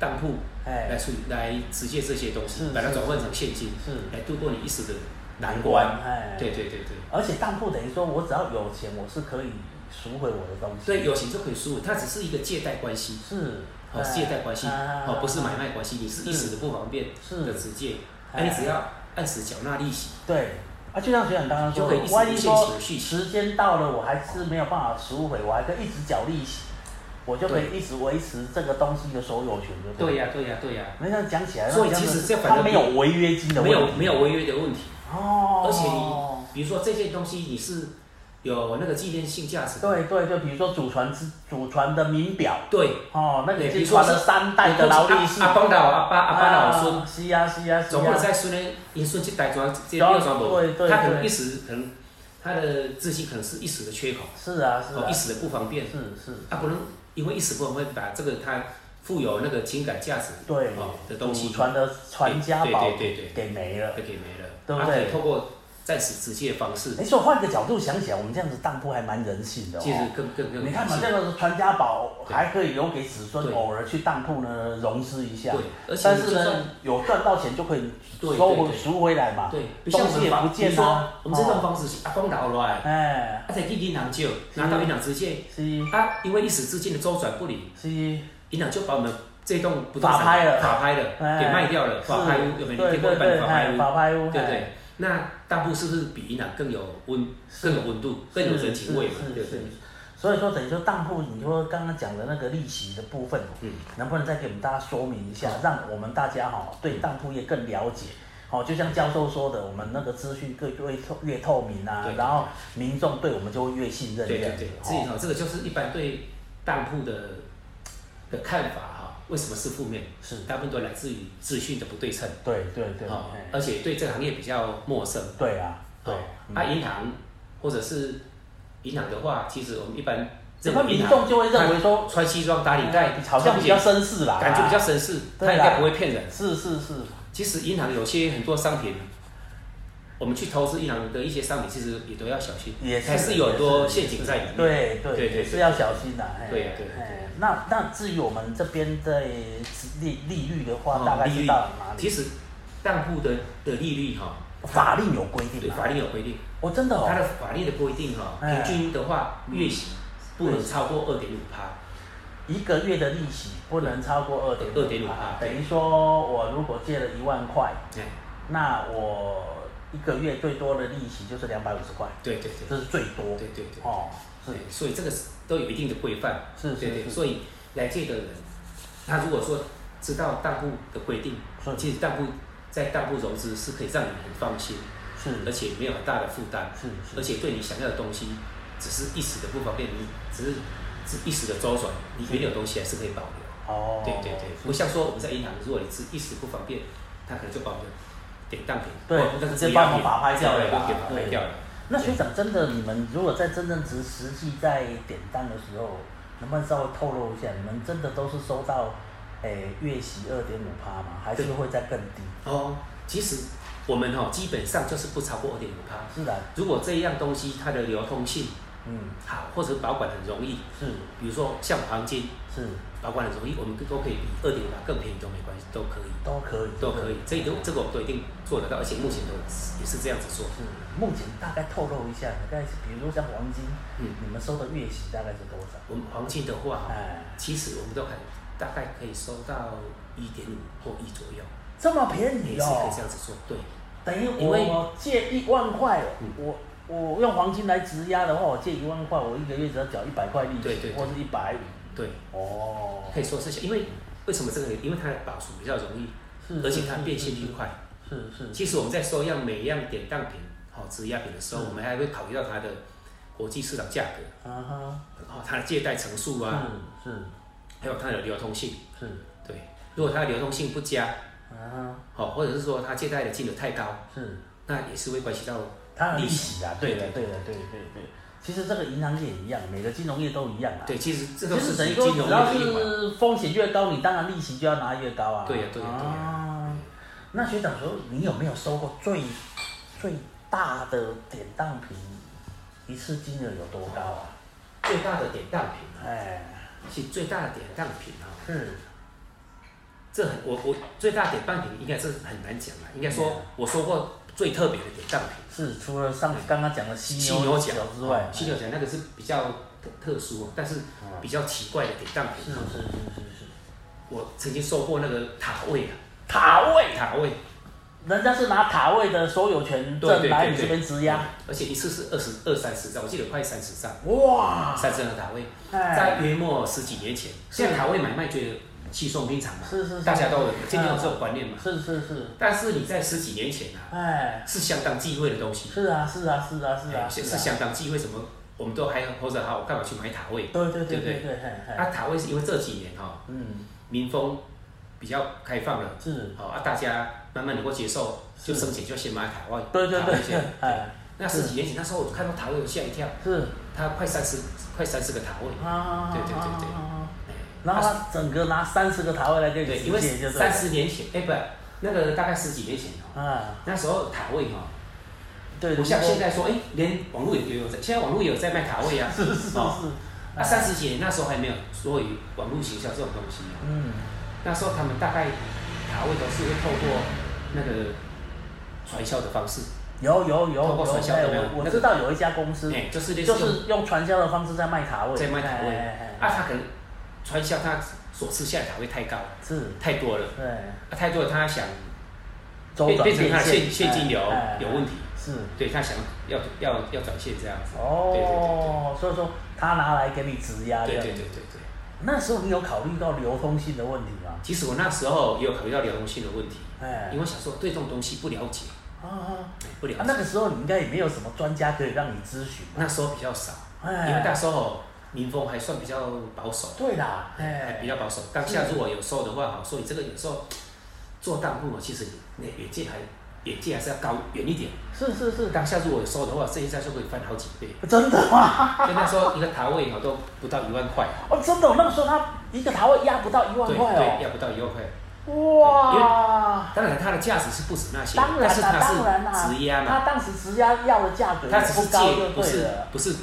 当铺来哎处理来直接这些东西是，把它是转换成现金，是来度过你一时的难关关。哎对对对对，而且当铺等于说我只要有钱，我是可以赎回我的东西。所以有形就可以输入，它只是一个借贷关系，是哎哦，借贷关系，啊哦，不是买。卖关系，你是一时的不方便是的直借，哎那你只要按时缴纳利息，对，啊，就像学长刚刚说就可以一的，直万一说无限期续时间到了，我还是没有办法赎回，我还可以一直缴利息，我就可以一直维持这个东西的所有权，对不对对？呀对呀对呀，那这样讲起来，所以那样子其实这反它而没有违约金的没问题，有没有违约的问题。哦，而且你比如说这些东西你是有那个纪念性价值的，对对，就比如说祖传之祖传的名表，对，哦，那个对已比经如说传是了三代的劳力士，阿阿公老阿爸阿爸老孙，啊，是啊是啊是总不能啊，再孙呢，因孙去带庄这六庄某对对，他可能对一时可能他的资金可能是一时的缺口，是啊是哦啊一，时的不方便，是是，他不能因为一时不方便把这个他富有那个情感价值对哦的东祖西传的传家对宝对对对给没了。给给没了，对不他对可以透过暂时直接的方式，哎，所以换个角度想起来，我们这样子当铺还蛮人性的其实哦。更更更你看嘛，更这个传家宝对还可以留给子孙，对偶尔去当铺呢融资一下对。，而且但你是就算呢，有赚到钱就可以对收对回对赎回来嘛。对，不像东我西们也房，不比如见说啊。我们这种哦，方式是阿公倒落来，哎，啊，才去银行借，拿到银行直借，是啊，因为一时之间的周转不灵，是，银行就把我们这栋不动法产拍了法拍了，哎给卖掉了，法拍屋是有没有？对听对过一般对，法拍哎屋，法拍屋，对不哎对？那当铺是不是比银行更有温、是更有温度、更有人情味嘛？是对不是对是？。所以说，等于说当铺，你说刚刚讲的那个利息的部分，哦嗯，能不能再给我们大家说明一下，让我们大家哈、对当铺业更了解？哦，就像教授说的，我们那个资讯更越透越透明啊对，然后民众对我们就会越信任这对样对子对。，哦所以呢，这个就是一般对当铺的的看法哈、为什么是负面？是，大部分都来自于资讯的不对称，对对对，啊，哎而且对这个行业比较陌生。对啊，对对，，啊，银行或者是银行的话，其实我们一般怎认么为民银众行就会认为说，哎穿西装打领带，好像比较绅士啦，啊感觉比较绅士，对他啊啦应该不会骗人。是是是，其实银行有些很多商品，我们去投资银行的一些商品，其实也都要小心，也是还是有很多也是陷阱在里面。对对对对也是要小心的。嘿对对嘿那那至于我们这边在利利率的话，哦大概利是率到哪里其？实当铺的的利率哈，法令有规对定法吗？律有规定，哦，真的它哦，的法律的规定哈，哎嗯平均的话月息不能超过二点五趴。一个月的利息不能超过二点2.5趴，趴等于说我如果借了一万块，哎，那我一个月最多的利息就是两百五十块，对对对这是最多。对对对。哦，是对，所以这个是都有一定的规范，是是对对，是所以来借的人，他如果说知道当铺的规定是，呃其实当铺在当铺融资是可以让你很放心，是而且没有很大的负担，是而是且对你想要的东西，只是一时的不方便，你只是只一时的周转，你原有东西还是可以保留。哦，对对对，是不像说我们在银行，如果你是一时不方便，他可能就把我们的典当给对或但是直接不要帮我们给法拍掉了对啦给法拍对掉了。那学长，真的，你们如果在真正实实际在典当的时候，能不能稍微透露一下，你们真的都是收到，诶、月息二点五趴吗？还是对会再更低？哦，其实我们哦，基本上就是不超过二点五趴。是的，如果这一样东西它的流通性嗯，好，或者保管很容易，是比如说像黄金是保管很容易，我们都可以比二点五趴更便宜都没关系，都可以，都可以，都可以。这个这是个我都一定做得到，而且目前都也是这样子做。目前大概透露一下，大概是比如说像黄金，嗯，你们收的月息大概是多少？我们黄金的话哦，哎，其实我们都很大概可以收到一点五或一左右，这么便也宜是可以这哦，样子做。对，等于因为我借一万块嗯，我我用黄金来质押的话，我借一万块，我一个月只要缴一百块利对息，对对或是一百五。对，哦，可以说是小因为为什么这个？因为它的保存比较容易，是，而且是它变现率，快。是是是，其实我们在收样每样典当品、好质押品的时候，嗯我们还会考虑到它的国际市场价格，啊哈，哦，它的借贷成数啊，是是还有它的流通性。是，对，如果它的流通性不佳，啊哈，哦，或者是说它借贷的金额太高，是，那也是会关系到它的利息啊，对对对的对的对对对，其实这个银行业也一样，每个金融业都一样啊。对，其实这其都实是等于金说，融的只要一环。是风险越高，你当然利息就要拿越高啊。对呀、对呀、对呀、啊那学长说，你有没有收过最最大的典当品一次金额有多高啊？最大的典当品，哎，其实最大的典当品啊、是这很我我最大的典当品应该是很难讲啊，应该对啊说我收过最特别的典当品。是，除了上刚刚讲的犀犀牛牛角哦角之外，犀牛角那个是比较特特殊哦，但是嗯比较奇怪的典当哎是啊品是哦。是是是，我曾经收过那个塔位啊，塔位，塔位，人家是拿塔位的所有权对证对来对你这边质对押，，嗯而且一次是二十二三十张，我记得快三十张，哇，三十张的塔位，哎，在约莫十几年前，现在塔位买卖觉得稀松平常嘛，是是是大家都有渐渐有嗯这种观念嘛。是是是，但是你在十几年前啊，哎，是相当忌讳的东西，哎是啊是啊是啊是啊，是啊是相当忌讳什么？我们都还或者好，我干嘛去买塔位？对对对对不对对对，嘿啊，嘿，塔位是因为这几年哈、嗯，民风比较开放了，是，好、啊，大家慢慢能够接受，就是生前就先买塔位，对对塔对位，先哎，那十几年前那时候我看到塔位，我吓一跳，是它快三十，快三十个塔位，啊，对对对对对，哎然后啊他整个拿三十个塔位来给你对，直因为接就对三了，十年前，哎、不，那个大概十几年前哦，啊，那时候塔位哈、对，不像如果现在说，哎、连网络也有在，现在网络也有在卖塔位啊，是是是是哦，那哎三十几年那时候还没有所以网络行销这种东西啊，嗯，那时候他们大概塔位都是会透过那个传销的方式，有有有有，透过传销哎有没有我我那个知道有一家公司。哎、就是类似就这种是用传销的方式在卖塔位，在卖塔位哎哎哎啊，他可能传销他所吃下的塔位太高哎是，太多了，对，啊、太多了他想周变转变成他的现变现金流哎哎有问题，是，对他想要要要转现这样子，对对对对哦，所以说他拿来给你质押对这对样对对对。那时候你有考虑到流通性的问题吗？其实我那时候也有考虑到流动性的问题，哎，因为想说对这种东西不了解，啊啊，哎不了啊解。那个时候你应该也没有什么专家可以让你咨询吧？那时候比较少，因哎为那时候民风还算比较保守，对啦，还哎比，较保守。当下如果有时候的话，哈，所以这个有时候做当铺，其实你那眼界还眼界还是要高远一点。是是是，当下如果有收的话，这一下就可以翻好几 倍。真的吗？因为那时候一个塔位哈都不到一万块，哦，真的，那个时候他一个塔位压不到一万对块对，哦，要不到一万块。对因哇！当然它的价值是不止那些，当然啦但是当然啦它是质押他嘛，当时质押要的价格它只不是高借就，不对是了，不是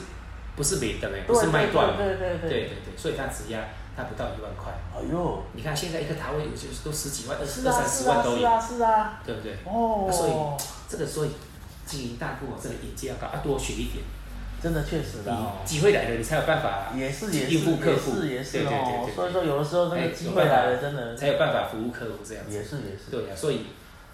不是没的哎，对不是卖断嘛。对对对对对。对对，所以它质押它不到一万块。哎呦，你看现在一个塔位有些都十几万、二二是啊三十是万啊都是有，啊是啊，对不对？哦，所以这个所以经营大户哦，这个眼界要高，要多学一点，真的确实的哦你。机会来了，你才有办法，也是也是应付也客户是也是对对对哦对，对所以说有的时候那哎个有机会来了，真的才有办法服务客户这样子。也是也是。对呀、啊所以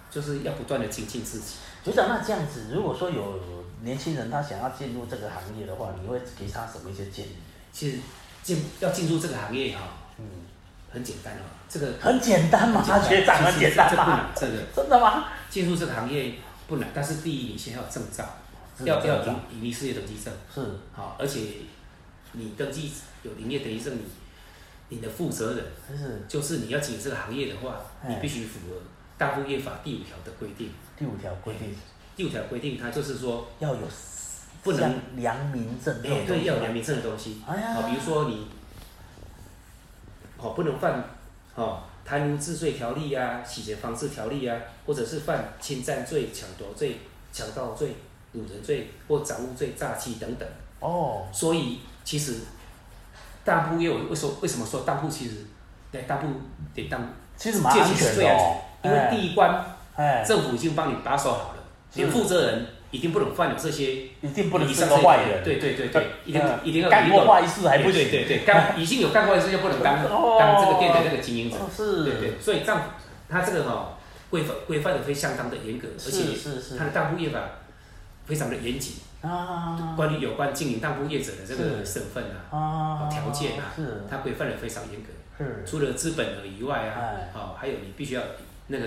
就是要不断的精进自己。局长，那这样子，如果说有年轻人他想要进入这个行业的话，你会给他什么一些建议？其实进要进入这个行业哈、嗯，很简单哦，这个很简单嘛，很 学长很其实简单这不嘛，难，这个真的吗？进入这个行业不难，但是第一你先要有证照，是要证要照营营业事业登记证。是好，而且你登记有营业登记证，你你的负责人是就是你要进这个行业的话，哎你必须符合大富业法第五条的规定，第五条规定第五条规定它就是说，要有不能像良民证这哎种，东对，西要有吧良民证的东西，哎呀好，比如说你，哦，不能犯，哦，贪污治罪条例啊，洗钱防治条例啊，或者是犯侵占罪、抢夺罪、强盗罪、掳人罪或赃物罪、诈欺等等。哦，所以其实当铺业务为什么为什么说当铺其实对当铺得当其实蛮安其实全最的安哦全，，因为第一关哎，政府已经帮你把守好了，是你负责人一定不能犯有这些一定不能以是上个这些坏人，对对对对，一定嗯一定要干过坏事还不对行，对对，干已经有干坏事就不能当哦当这个店的那个经营者，哦对是，对，所以丈夫他这个哈规范规范的会相当的严格，而是且是是他的当铺业法非常的严谨，啊关于有关经营当铺业者的这个是身份啊。啊条件啊是它规范的非常严格，是除了资本额以外啊嗯哎，哦，还有你必须要那个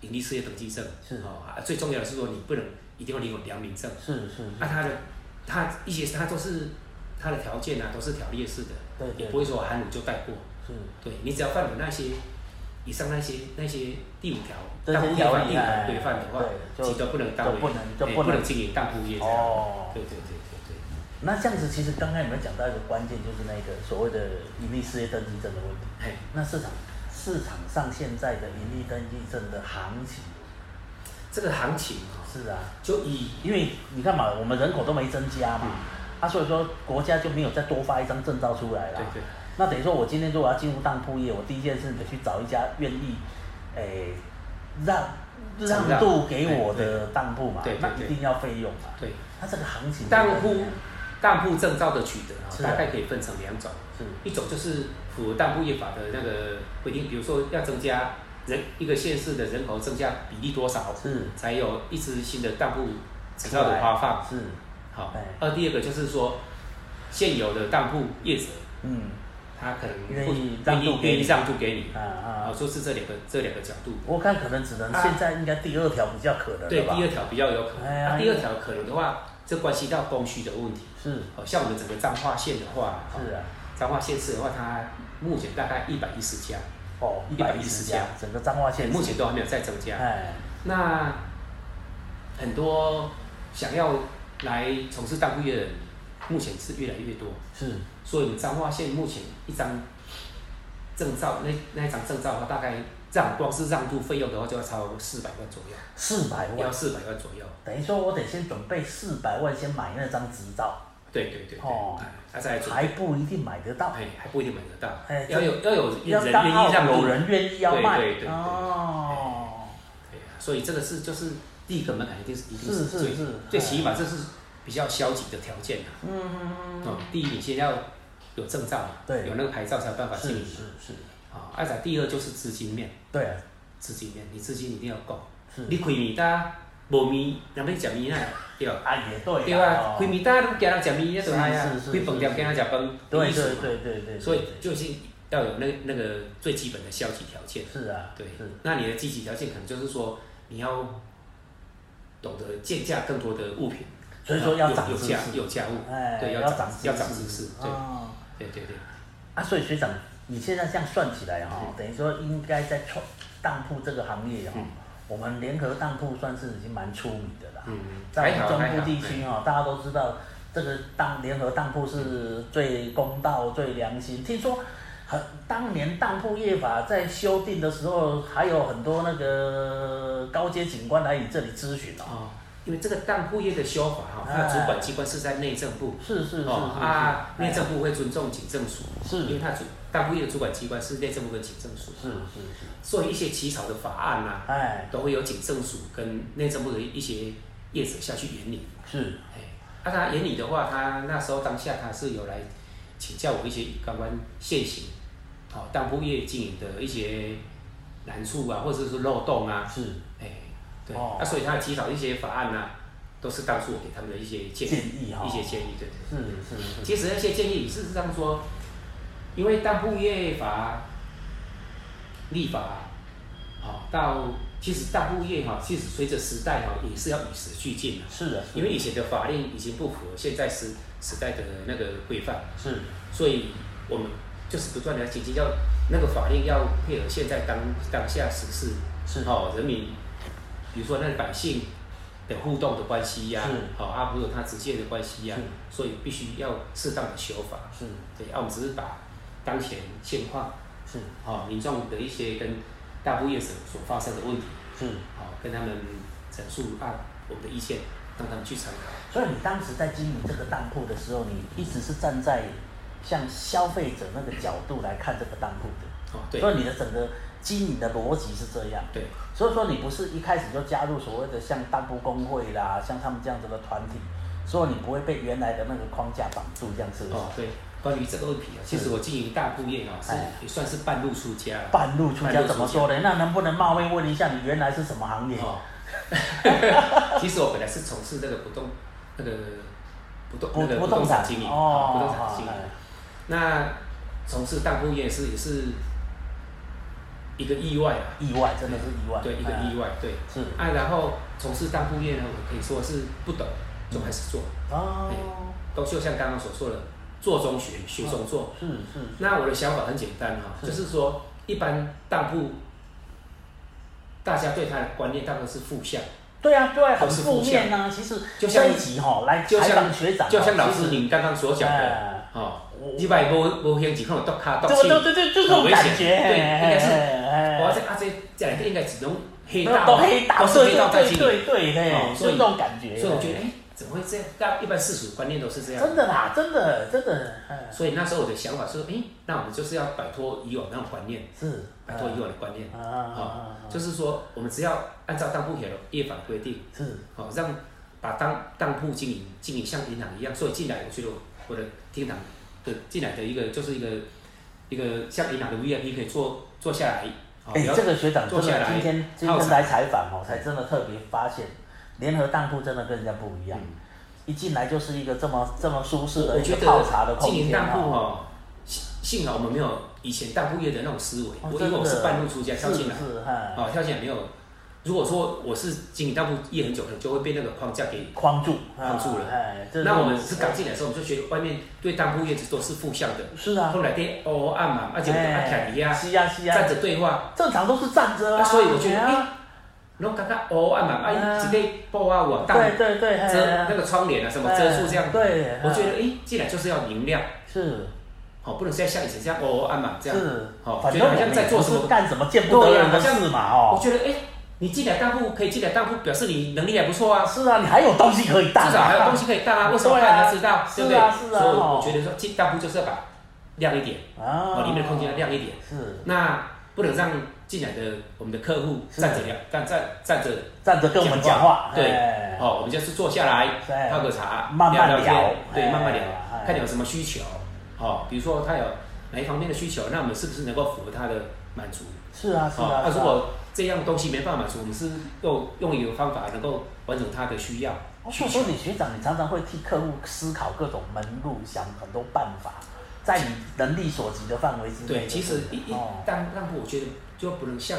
盈利事业登记证，是哦，啊最重要的是说你不能一定要领有良民证，是是是，那它的它一些它都是它的条件啊，都是条列式的，对也对不会说含糊就带过，是对你只要犯了那些以上那些那些第五条这当些铺业条法第五例条哎规范的话，对其就实都不能就当为不能就哎不能能经营当铺业这样，哦对对对对对。那这样子，其实刚刚你们讲到一个关键，就是那个所谓的盈利事业登记证的问题。嘿那市场市场上现在的盈利登记证的行情这个行情啊，是啊，就以因为你看嘛，我们人口都没增加嘛，嗯啊，所以说国家就没有再多发一张证照出来啦。对对。那等于说，我今天如果要进入当铺业，我第一件事得去找一家愿意，诶、让嗯承让让渡给我对的当铺嘛，对对那对一定要费用嘛。对。它这个行情当铺当铺证照的取得啊是，大概可以分成两种，是一种就是符合当铺业法的那个规定，比如说要增加人一个县市的人口增加比例多少，是才有一支新的当铺执照的发放。是好哎，二第二个就是说，现有的当铺业者嗯他可能不愿意让愿渡意给你愿意让渡给你，啊啊，啊，就是这两个这两个角度。我看可能只能现在应该第二条比较可能了啊对，吧第二条比较有可能。哎呀啊第二条可能的话，这关系到供需的问题。是好像我们整个彰化县的话，哦是啊，彰化县市的话，它目前大概一百一十家，哦，一百一十110家家，整个彰化县目前都还没有再增加。哎那很多想要来从事当铺业的人，目前是越来越多，是所以我们彰化县目前一张证照，那那一张证照的话，大概让光是让渡费用的话，就要超四百万左右，四百要万，四百万左右。等于说我得先准备四百万先买那张执照，对对对对，哦哎那再来准备还不一定买得到，哎，还不一定买得到哎，要有要有人要愿刚好意让有渡，人愿意要对卖对对对哦，对啊所以这个是就是第一个门槛一定是一定是是最是最哎起码这是比较消极的条件啊。嗯嗯哦，第一你先要有证照嘛，对有那个牌照才有办法嗯，经是营是是，啊。二仔第二就是资金面，对啊，资金面你资金一定要够，是你开面单无面，人要食面啊，对吧？啊也对啊，对啊，开哦面单你惊人食面，那就哎呀是是，是开饭店惊人食饭，对意思对嘛对对对，所以对就是要有那那个最基本的消极条件。是啊，对是，那你的积极条件可能就是说你要懂得见价更多的物品，啊所以说要有长有知价识有价物，哎，对，要涨要涨知知识，对哦对对对，啊，所以学长，你现在这样算起来哈、哦，等于说应该在创当铺这个行业哈、哦，嗯我们联合当铺算是已经蛮出名的啦。嗯，在还我好们还中部好，地区哈、哦，大家都知道这个当联合当铺是最公道、最良心。听说很当年当铺业法在修订的时候，还有很多那个高阶警官来你这里咨询哦。哦，因为这个当铺业的修法哈，它哎的主管机关是在内政部。是是是是哎哦啊，内政部会尊重警政署，是因为它主当铺业的主管机关是内政部跟警政署，是是是，所以一些起草的法案呐、哎都会有警政署跟内政部的一些业者下去研拟。是哎，那、他眼里的话，他那时候当下他是有来请教我一些有关现行，好、当铺业经营的一些难处啊，或者是漏洞啊，是哎，对，那、哦所以他起草一些法案啊，都是当初我给他们的一些建建议，议哦哈、一些建议，对对。是是是。其实那些建议事实上说，因为当铺业法立法，好、到其实当铺业哈、其实随着时代哈、也是要与时俱进的、是的，因为以前的法令已经不符合现在时时代的那个规范，是所以我们就是不断的要谨记要那个法令要配合现在当当下时事是哦，人民，比如说那百姓的互动的关系呀、是好、哦、啊，不是他直接的关系呀、是所以必须要适当的修法。是对，啊，我们只是把当前现况，是哦，民众的一些跟大部业者所发生的问题，是，哦，跟他们陈述啊我们的意见，让他们去参考。所以你当时在经营这个当铺的时候，你一直是站在像消费者那个角度来看这个当铺的，哦，对，所以你的整个经营的逻辑是这样。对，所以说你不是一开始就加入所谓的像当铺工会啦，像他们这样子的团体，所以你不会被原来的那个框架绑住，这样是不是？哦，对。关于这个问题啊，其实我经营大铺业啊，是哎也算是半路出家啊了。半路出半家路怎么说呢？那能不能冒昧问一下，你原来是什么行业？ 哦，其实我本来是从事那个不动那个不动不那个不不动动产产经营，哦啊不动产经营哎。那从事当铺业是也是一个意外啊，意外，真的是意外。对，一个哎意外，对。是啊，然后从事当铺业呢，我可以说是不懂就开始做，哦，都就像刚刚所说的，做中学，学中做。是是那我的想法很简单哈、是就是说一般当铺。大家对他的观念当然是负向，对啊，对啊，很都是负负面啊。其实就这像一集哈、来就采访像学长哦，就像老其师实您刚刚所讲的，哎哦我，你摆无无兴趣，看有剁卡剁手对对对对，就是这种很危险感觉，哎对，应该是。我是这啊这这两个应该是种黑道那啊，都黑道，都是黑道在对经对营。对对对，哦就是这种感觉。所以我觉得，哎，怎么会这样？大一般世俗观念都是这样。真的啦，真的真的，哎所以那时候我的想法是，哎，那我们就是要摆脱以往那种观念，是摆脱以嗯往的观念，啊啊啊啊哦啊，就是说我们只要按照当铺业业法规定，是好让把当当铺经营经营像银行一样，所以进来我觉得我我的厅堂的进来的一个就是一个一个像银行的 VIP 可以坐坐下来，好哎、不要这个学长真哦坐下的来今天今泡天茶来采访哦，才真的特别发现，联合当铺真的跟人家不一样，一进来就是一个这么这么舒适嗯的我一觉个泡茶的得空经营间当铺哦哦，幸幸好我们没有以前当铺业的那种思维，哦我真因为的我是半路出家跳进来，是是哈，哦，跳进来没有。如果说我是经营当铺业很久，可能就会被那个框架给。框住框住了哎，这那种我们是刚进来的时候，我们就觉得外面对当铺业都是负向的，是啊，哎后来对哦暗嘛，而且阿凯尼啊，是啊是站啊，着对话，正常都是站着啊，啊所以我觉得哎呀然后刚刚哦，啊嘛，啊，一个布啊，我当对对对，嘿遮那个窗帘啊，什么遮住这样哎，对，我觉哎得诶，进来就是要明亮，是好，不能再像以前这样哦，啊嘛这样，是，好反觉正得我好像们在也做不什是么干什么见不得对人的啊好像事嘛我哦，觉得诶，你进来当铺可以进来当铺，表示你能力还不错啊，是啊，你还有东西可以至当啊，少还有东西可以当啊，为什么不对啊让人家知道，对不是对？啊是啊所以哦我觉得说进当铺就是要把亮一点，啊哦，，里面的空间要亮一点，是那不能让进来的我们的客户是站着聊，站站站着站着跟我们讲话，对哎，哦，我们就是坐下对来泡个茶，慢慢聊聊天，哎对，慢慢聊哎，看你有什么需求，哦，比如说他有哪一方面的需求，那我们是不是能够符合他的满足？是啊是哦啊，那是如啊果这样东西没办法满足，我们是用用一个方法能够完成他的需要哦需所以说求。你学长，你常常会替客户思考各种门路，想很多办法，在你能力所及的范围之内。对，其实一一哦，当让步，我觉得就不能像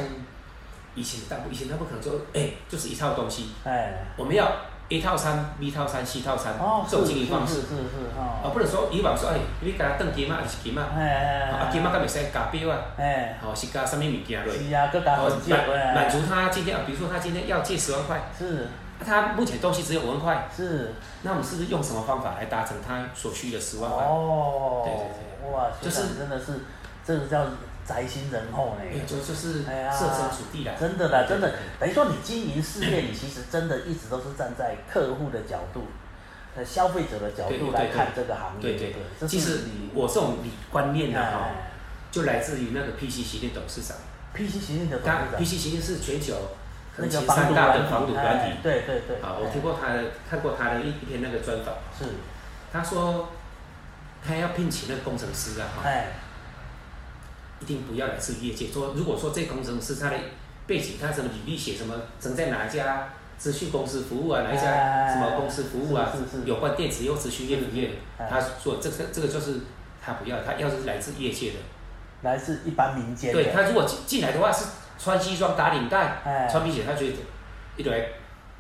以前的当铺，以前当铺可能就哎就是一套东西，哎，我们要 A 套餐、B 套餐、C 套餐哦，这种是经是营方是式是，是啊，哦，不能说以往说哎，你给他登金嘛还是金嘛哎。哎啊，金马敢袂使加标啊，哎，吼、是加什么物件落？是啊，各家哦很久满满哎，足他今天啊，比如说他今天要借十万块，是啊他目前东西只有五万块，是那我们是不是用什么方法来达成他所需的十万块？哦对对，哇，学就是长真的是这个叫宅心仁厚哎、呢。就就是哎呀设身处地啦，真的啦，真的，等于说你经营事业，你其实真的一直都是站在客户的角度、呃消费者的角对度对来对看这个行业，对对对不对。这其是实你我这种理观念呢、哈、哎就来自于那个 PCC 的董事长， PC 行业的董他事长 PCC 是全球那横个琴防三毒大软的体防毒团哎体。对对对，啊，我哎听过他的，看过他的一一篇那个专访，是，他说他要聘请那个工程师啊，哈、哎一定不要来自于业界。说如果说这工程师他的背景，他什么履历写什么，曾在哪一家资讯公司服务啊，哪一家哎什么公司服务啊是是是，有关电子又资讯业不业，哎他说这个这个就是他不要，他要是来自业界的，哎来自一般民间的，对他如果进进来的话是穿西装打领带，哎穿皮鞋，他觉得一来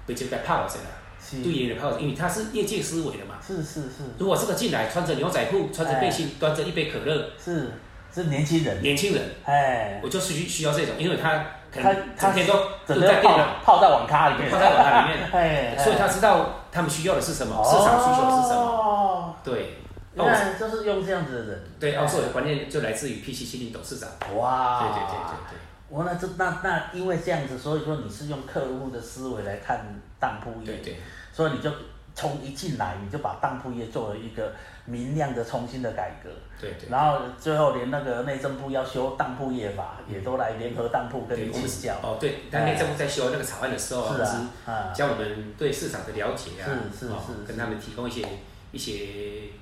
被就在泡着了，是对眼的泡着，因为他是业界思维的嘛。是是是如果这个进来穿着牛仔裤，穿着背心，端着一杯可乐，是是年轻人，年轻人，哎我就是需需要这种，因为他可他能他整天都整都在电个泡脑，泡在网咖里面，泡在网咖里面，哎，哦所以他知道他们需要的是什么，市场需求是什么。么？对，澳原来哦就是用这样子的人，对澳洲的观念就来自于 PC 七零董事长。对哇，对对啊对对。我那这那那因为这样子，所以说你是用客户的思维来看当铺业，对对，所以你就从一进来你就把当铺业做了一个明亮的、重新的改革，对对，然后最后连那个内政部要修当铺业法，嗯也都来联合当铺跟对你我们请教，哦，对，当年政府在修那个草案的时候，哎是啊，是啊，将我们对市场的了解啊，是是哦是跟是他们提供一些一些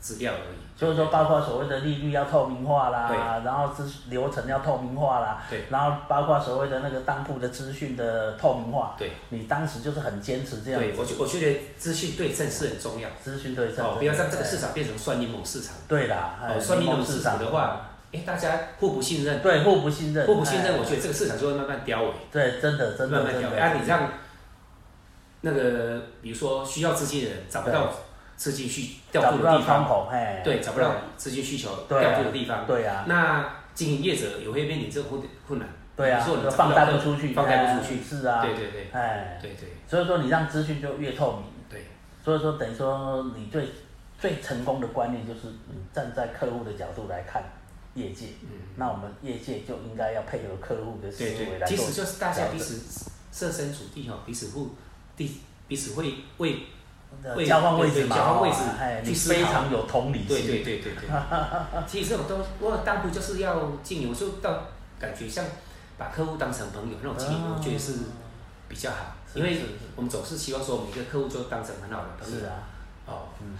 资料而已。所以说包括所谓的利率要透明化啦，对然后资流程要透明化啦，对然后包括所谓的那个当铺的资讯的透明化，对你当时就是很坚持这样对，我觉我觉得资讯对称是很重要资讯对哦称，，不要让这个市场变成算柠檬市场。对啦，哎哦，算柠柠檬檬市场的话，哎，大家互不信任，对互不信任，互不信任，我觉得得这个市场就会慢慢凋萎，对，真的真慢的慢真凋的萎。啊，你让那个比如说需要资金的人找不到资金需调找度不的到地窗方，口，哎，对，找不到资金需求对啊调度的地方，对啊，那经营业者也会面临这个困困难。对啊，你说你就找放到贷客不户出去，放贷不出哎去。是啊，对对对哎，对对所以说你让资讯就越透明，对所以说等于说你最最成功的观念就是你站在客户的角度来看业界，嗯那我们业界就应该要配合客户的思对维对，来其做实就是大家调彼整此设身处地哈，彼此互地彼此会为呃位交换位置对嘛，对交换位置哦哎，去你思考非常有同理心，对对对对对。 其实这种东西，我当初就是要经营，我就到感觉像把客户当成朋友那种经嗯营，我觉得是比较好，是因为是是我们总是希望说每个客户就当成很好的朋友是。啊，哦，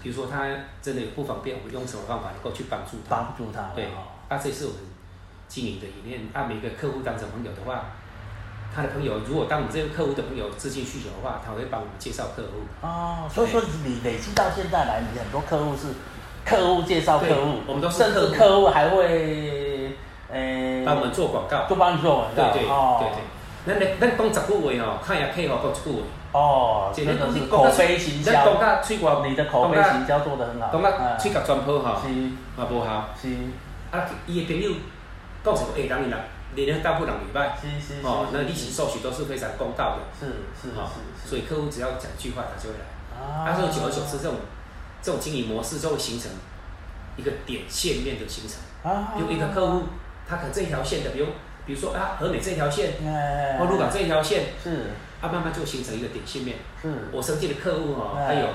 比如说他真的有不方便，我们用什么方法能够去帮助他？帮助他，对哦，啊，这是我们经营的理念。啊，每个客户当成朋友的话，他的朋友如果当我们这个客户的朋友资金需求的话，他会帮我们介绍客户。哦，所以说你累积到现在来，你很多客户是客户介绍客户对，我们都是甚客至户客户还会，呃，帮我们做广告。就帮你做广对告，对哦对对。咱咧咱讲十句话哦，看也配合讲一句话。哦，真的是口碑行咱讲销，到吹外，你的口碑行销做得很好，哎讲到吹甲全好吼，嗯嘛无效。是是啊，伊的朋友讲什么？哎，人伊人，你人大部人礼拜，是是是，哦，那利息收取都是非常公道的。是是哦是，所以以客户只要讲一句话，他就会来。啊他说久而久之，这种这种经营模式就会形成一个点线面的形成。啊比如一个客户，他可能这一条线的，比如比如说啊，和美这条线，哎，或鹿港这一条线，是它慢慢就形成一个点线面。是我曾经的客户哦，哎还有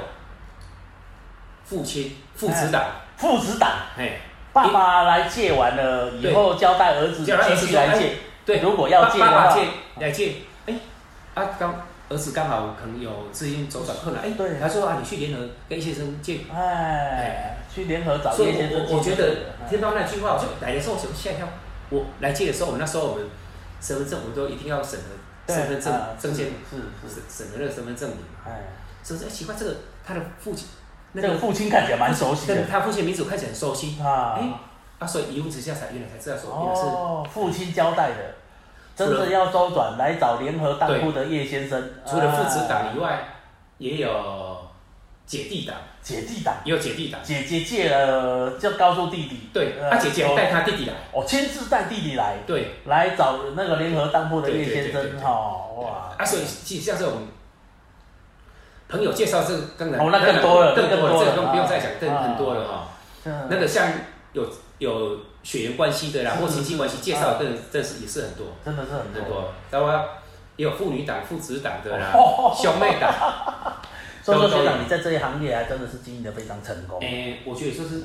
父亲、父子党，父子党，哎，爸爸来借完了以对后，交代儿子叫他儿子继续来说借，对，如果要借的爸话爸借来借，哎，啊刚儿子刚好可能有资金周转困难，哎，对他说啊，你去联合跟先生借。哎，去联合找所以叶先生我借我我觉得哎听到那句话，我就来的时候我就吓一跳。我来借的时候，我们那时候我们身份证我们都一定要审核对身份证啊证件，是是是，审审核那个身份证明嘛。哎，所以说哎奇怪，这个他的父亲那这个个父亲看起来蛮熟悉跟的他父亲的名字看起来很熟悉啊哎。啊，所以一问之下才原来才知道说原来是哦，父亲交代的，除真了的要周转来找联合当铺的叶先生。除了父子啊党以外，也有姐弟党，姐弟党，也有姐弟党。姐姐借了就告诉弟弟，对，呃啊，姐姐还带他弟弟来，哦，亲自带弟弟来，对，来找那个联合当铺的叶对先对对生对哈，啊，所以其实像这种朋友介绍，这个当然哦那更多了更多了，那更多了这个都不用再讲，更啊很多了哈。哇，那那个像有有血缘关系的啦，是啊或亲戚关系介绍的，更这是也是很多真的是很很多，多，包括也有父女党、父子党的啦哦，兄妹党。所以说都学有长你在这一行业啊，真的是经营的非常成功。诶，我觉得就是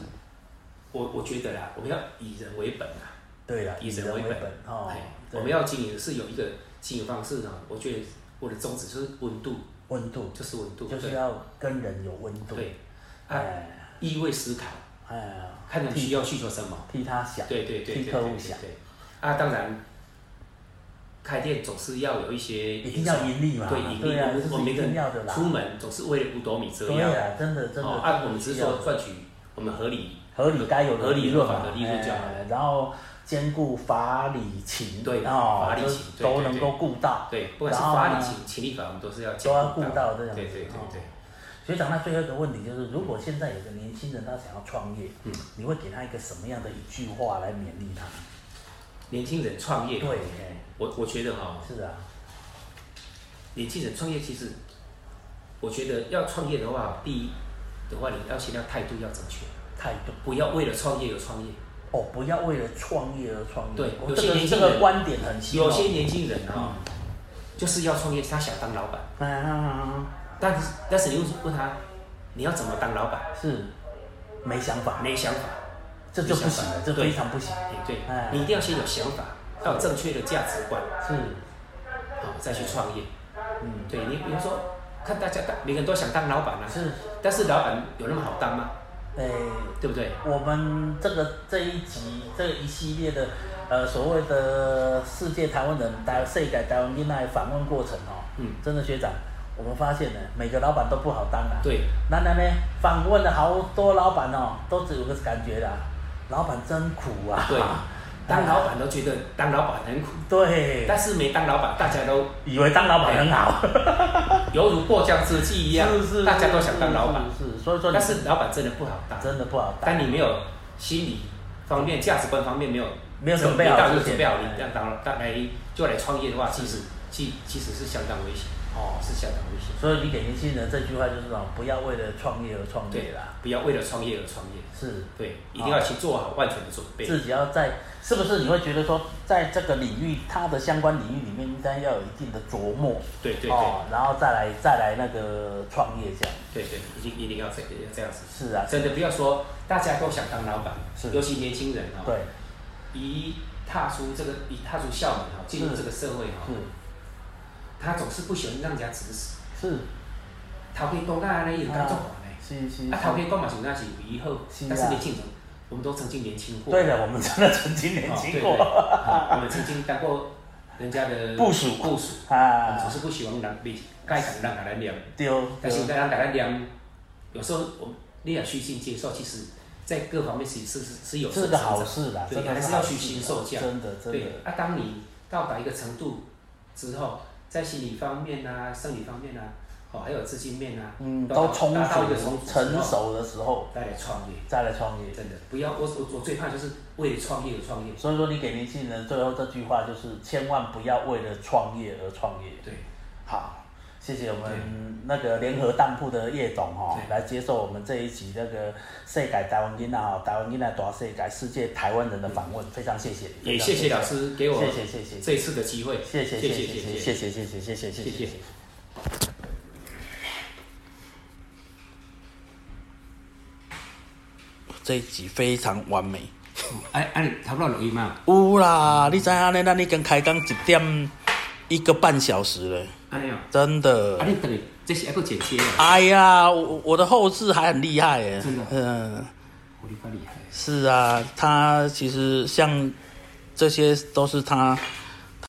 我我觉得啦，我们要以人为本啊，对了，以以人人为为本本哦哎，对我们要经营是有一个经营方式呢。我觉得我的宗旨就是温度，温度就是温度，就是对要跟人有温度，对，啊，哎意味思考。哎，看你需替要需求什么。替他想，对对对对替对客户对想对。啊，当然，开店总是要有一些一定要盈利嘛，对盈利，啊我，们这我是们一一个定要的人啦出。门总是为了五斗米折对腰。啊，真的真的。哦，真啊，的我们只是需要说赚取我们合理合理该有的合理利润合嘛法的利润就好哎然后兼顾法理情，对哦，法理情就是对都对能对够顾到。对，不管是然后法呢理、情情理法，我们都是要都要顾到这对样对子对哦对。学长，那最后一个问题就是，如果现在有个年轻人他想要创业，嗯你会给他一个什么样的一句话来勉励他？年轻人创业，对，我我觉得哈、是啊，年轻人创业其实，我觉得要创业的话，第一的话，你要先要态度要正确，态度不要为了创业而创业。哦，不要为了创业而创业。对哦有这些个年这轻个人观点很新哦。有些年轻人啊、嗯就是要创业，他想当老板，啊，但是但是你问问他，你要怎么当老板？啊是没想法，没想法，这就不行了，这对非常不行。哎，对哎，你一定要先有想法，要有正确的价值观，是，好、再去创业。嗯，对你，比如说，看大家，大每个人都想当老板啊，是，但是老板有那么好当吗？诶、对不对？我们这个这一集这一系列的，呃，所谓的呃世界台湾人台世界台湾恋爱访问过程哦，嗯，真的学长，我们发现呢，每个老板都不好当啊。对，那那呢，访问了好多老板哦，都只有个感觉啦，老板真苦啊。对当老板都觉得当老板很苦，对，但是没当老板，大家都以为当老板很好，犹如过江之鲫一样，是是，大家都想当老板，是，是所以说你但是老板真的不好当。真的不好当。当你没有心理方面、价值观方面没有没有准备好到，之就前哎准备好，你这样当当来就来创业的话，其实其其实是相当危险，哦，是相当危险。所以你给年轻人这句话就是哦，不要为了创业而创业对啦，不要为了创业而创业，是对，一定要去做好万全的准备。自己要在，是不是你会觉得说，在这个领域，它的相关领域里面应该要有一定的琢磨，对对对哦，然后再来再来那个创业这样，对对，一定一定要这要这样子。是啊，真的不要说大家都想当老板是，尤其年轻人哦哈、对，一踏出这个一踏出校门哈、进嗯入这个社会哈、他总是不喜欢让人家指使，是是头家讲啊，尼又敢做呢？是是，啊，头家讲嘛是那是有以后，是啊但是年轻人，我们都曾经年轻过，对的，我们真的曾经年哦轻对过对啊我们曾经当过人家的部署部署，我们啊嗯总，是不喜欢人被该讲让人来念，丢但是丢在让人来念，有时候我们你也虚心接受，其实在各方面是是是是有是个好事啦，对真的还是是要好事虚心受教真的真对的，啊，当你到达一个程度之后，在心理方面啊、生理方面啊，哦，还有资金面啊，嗯，达都充达到一个足成成，熟的时候再来创业，再来创业。真的不要我我我最怕就是为了创业而创业，所以说，你给年轻人最后这句话就是：千万不要为了创业而创业。对，好，谢谢我们那个联合当铺的叶董哦，对来接受我们这一集那个世界台湾囡仔哦，台湾囡仔大世界世界台湾人的访问，非常谢谢，也非常谢谢老，师给我谢谢谢谢这一次的机会，谢谢谢谢谢谢谢谢谢谢谢谢谢谢谢谢谢谢。这一集非常完美。哎哎，差不多录音嘛，有啦，你知影呢？咱已经开工一点一个半小时了，安尼哦，真的啊。你等于这是还够剪接啊，哎呀，我我的后置还很厉害耶，真的嗯，我你够厉害，是啊，他其实像这些都是他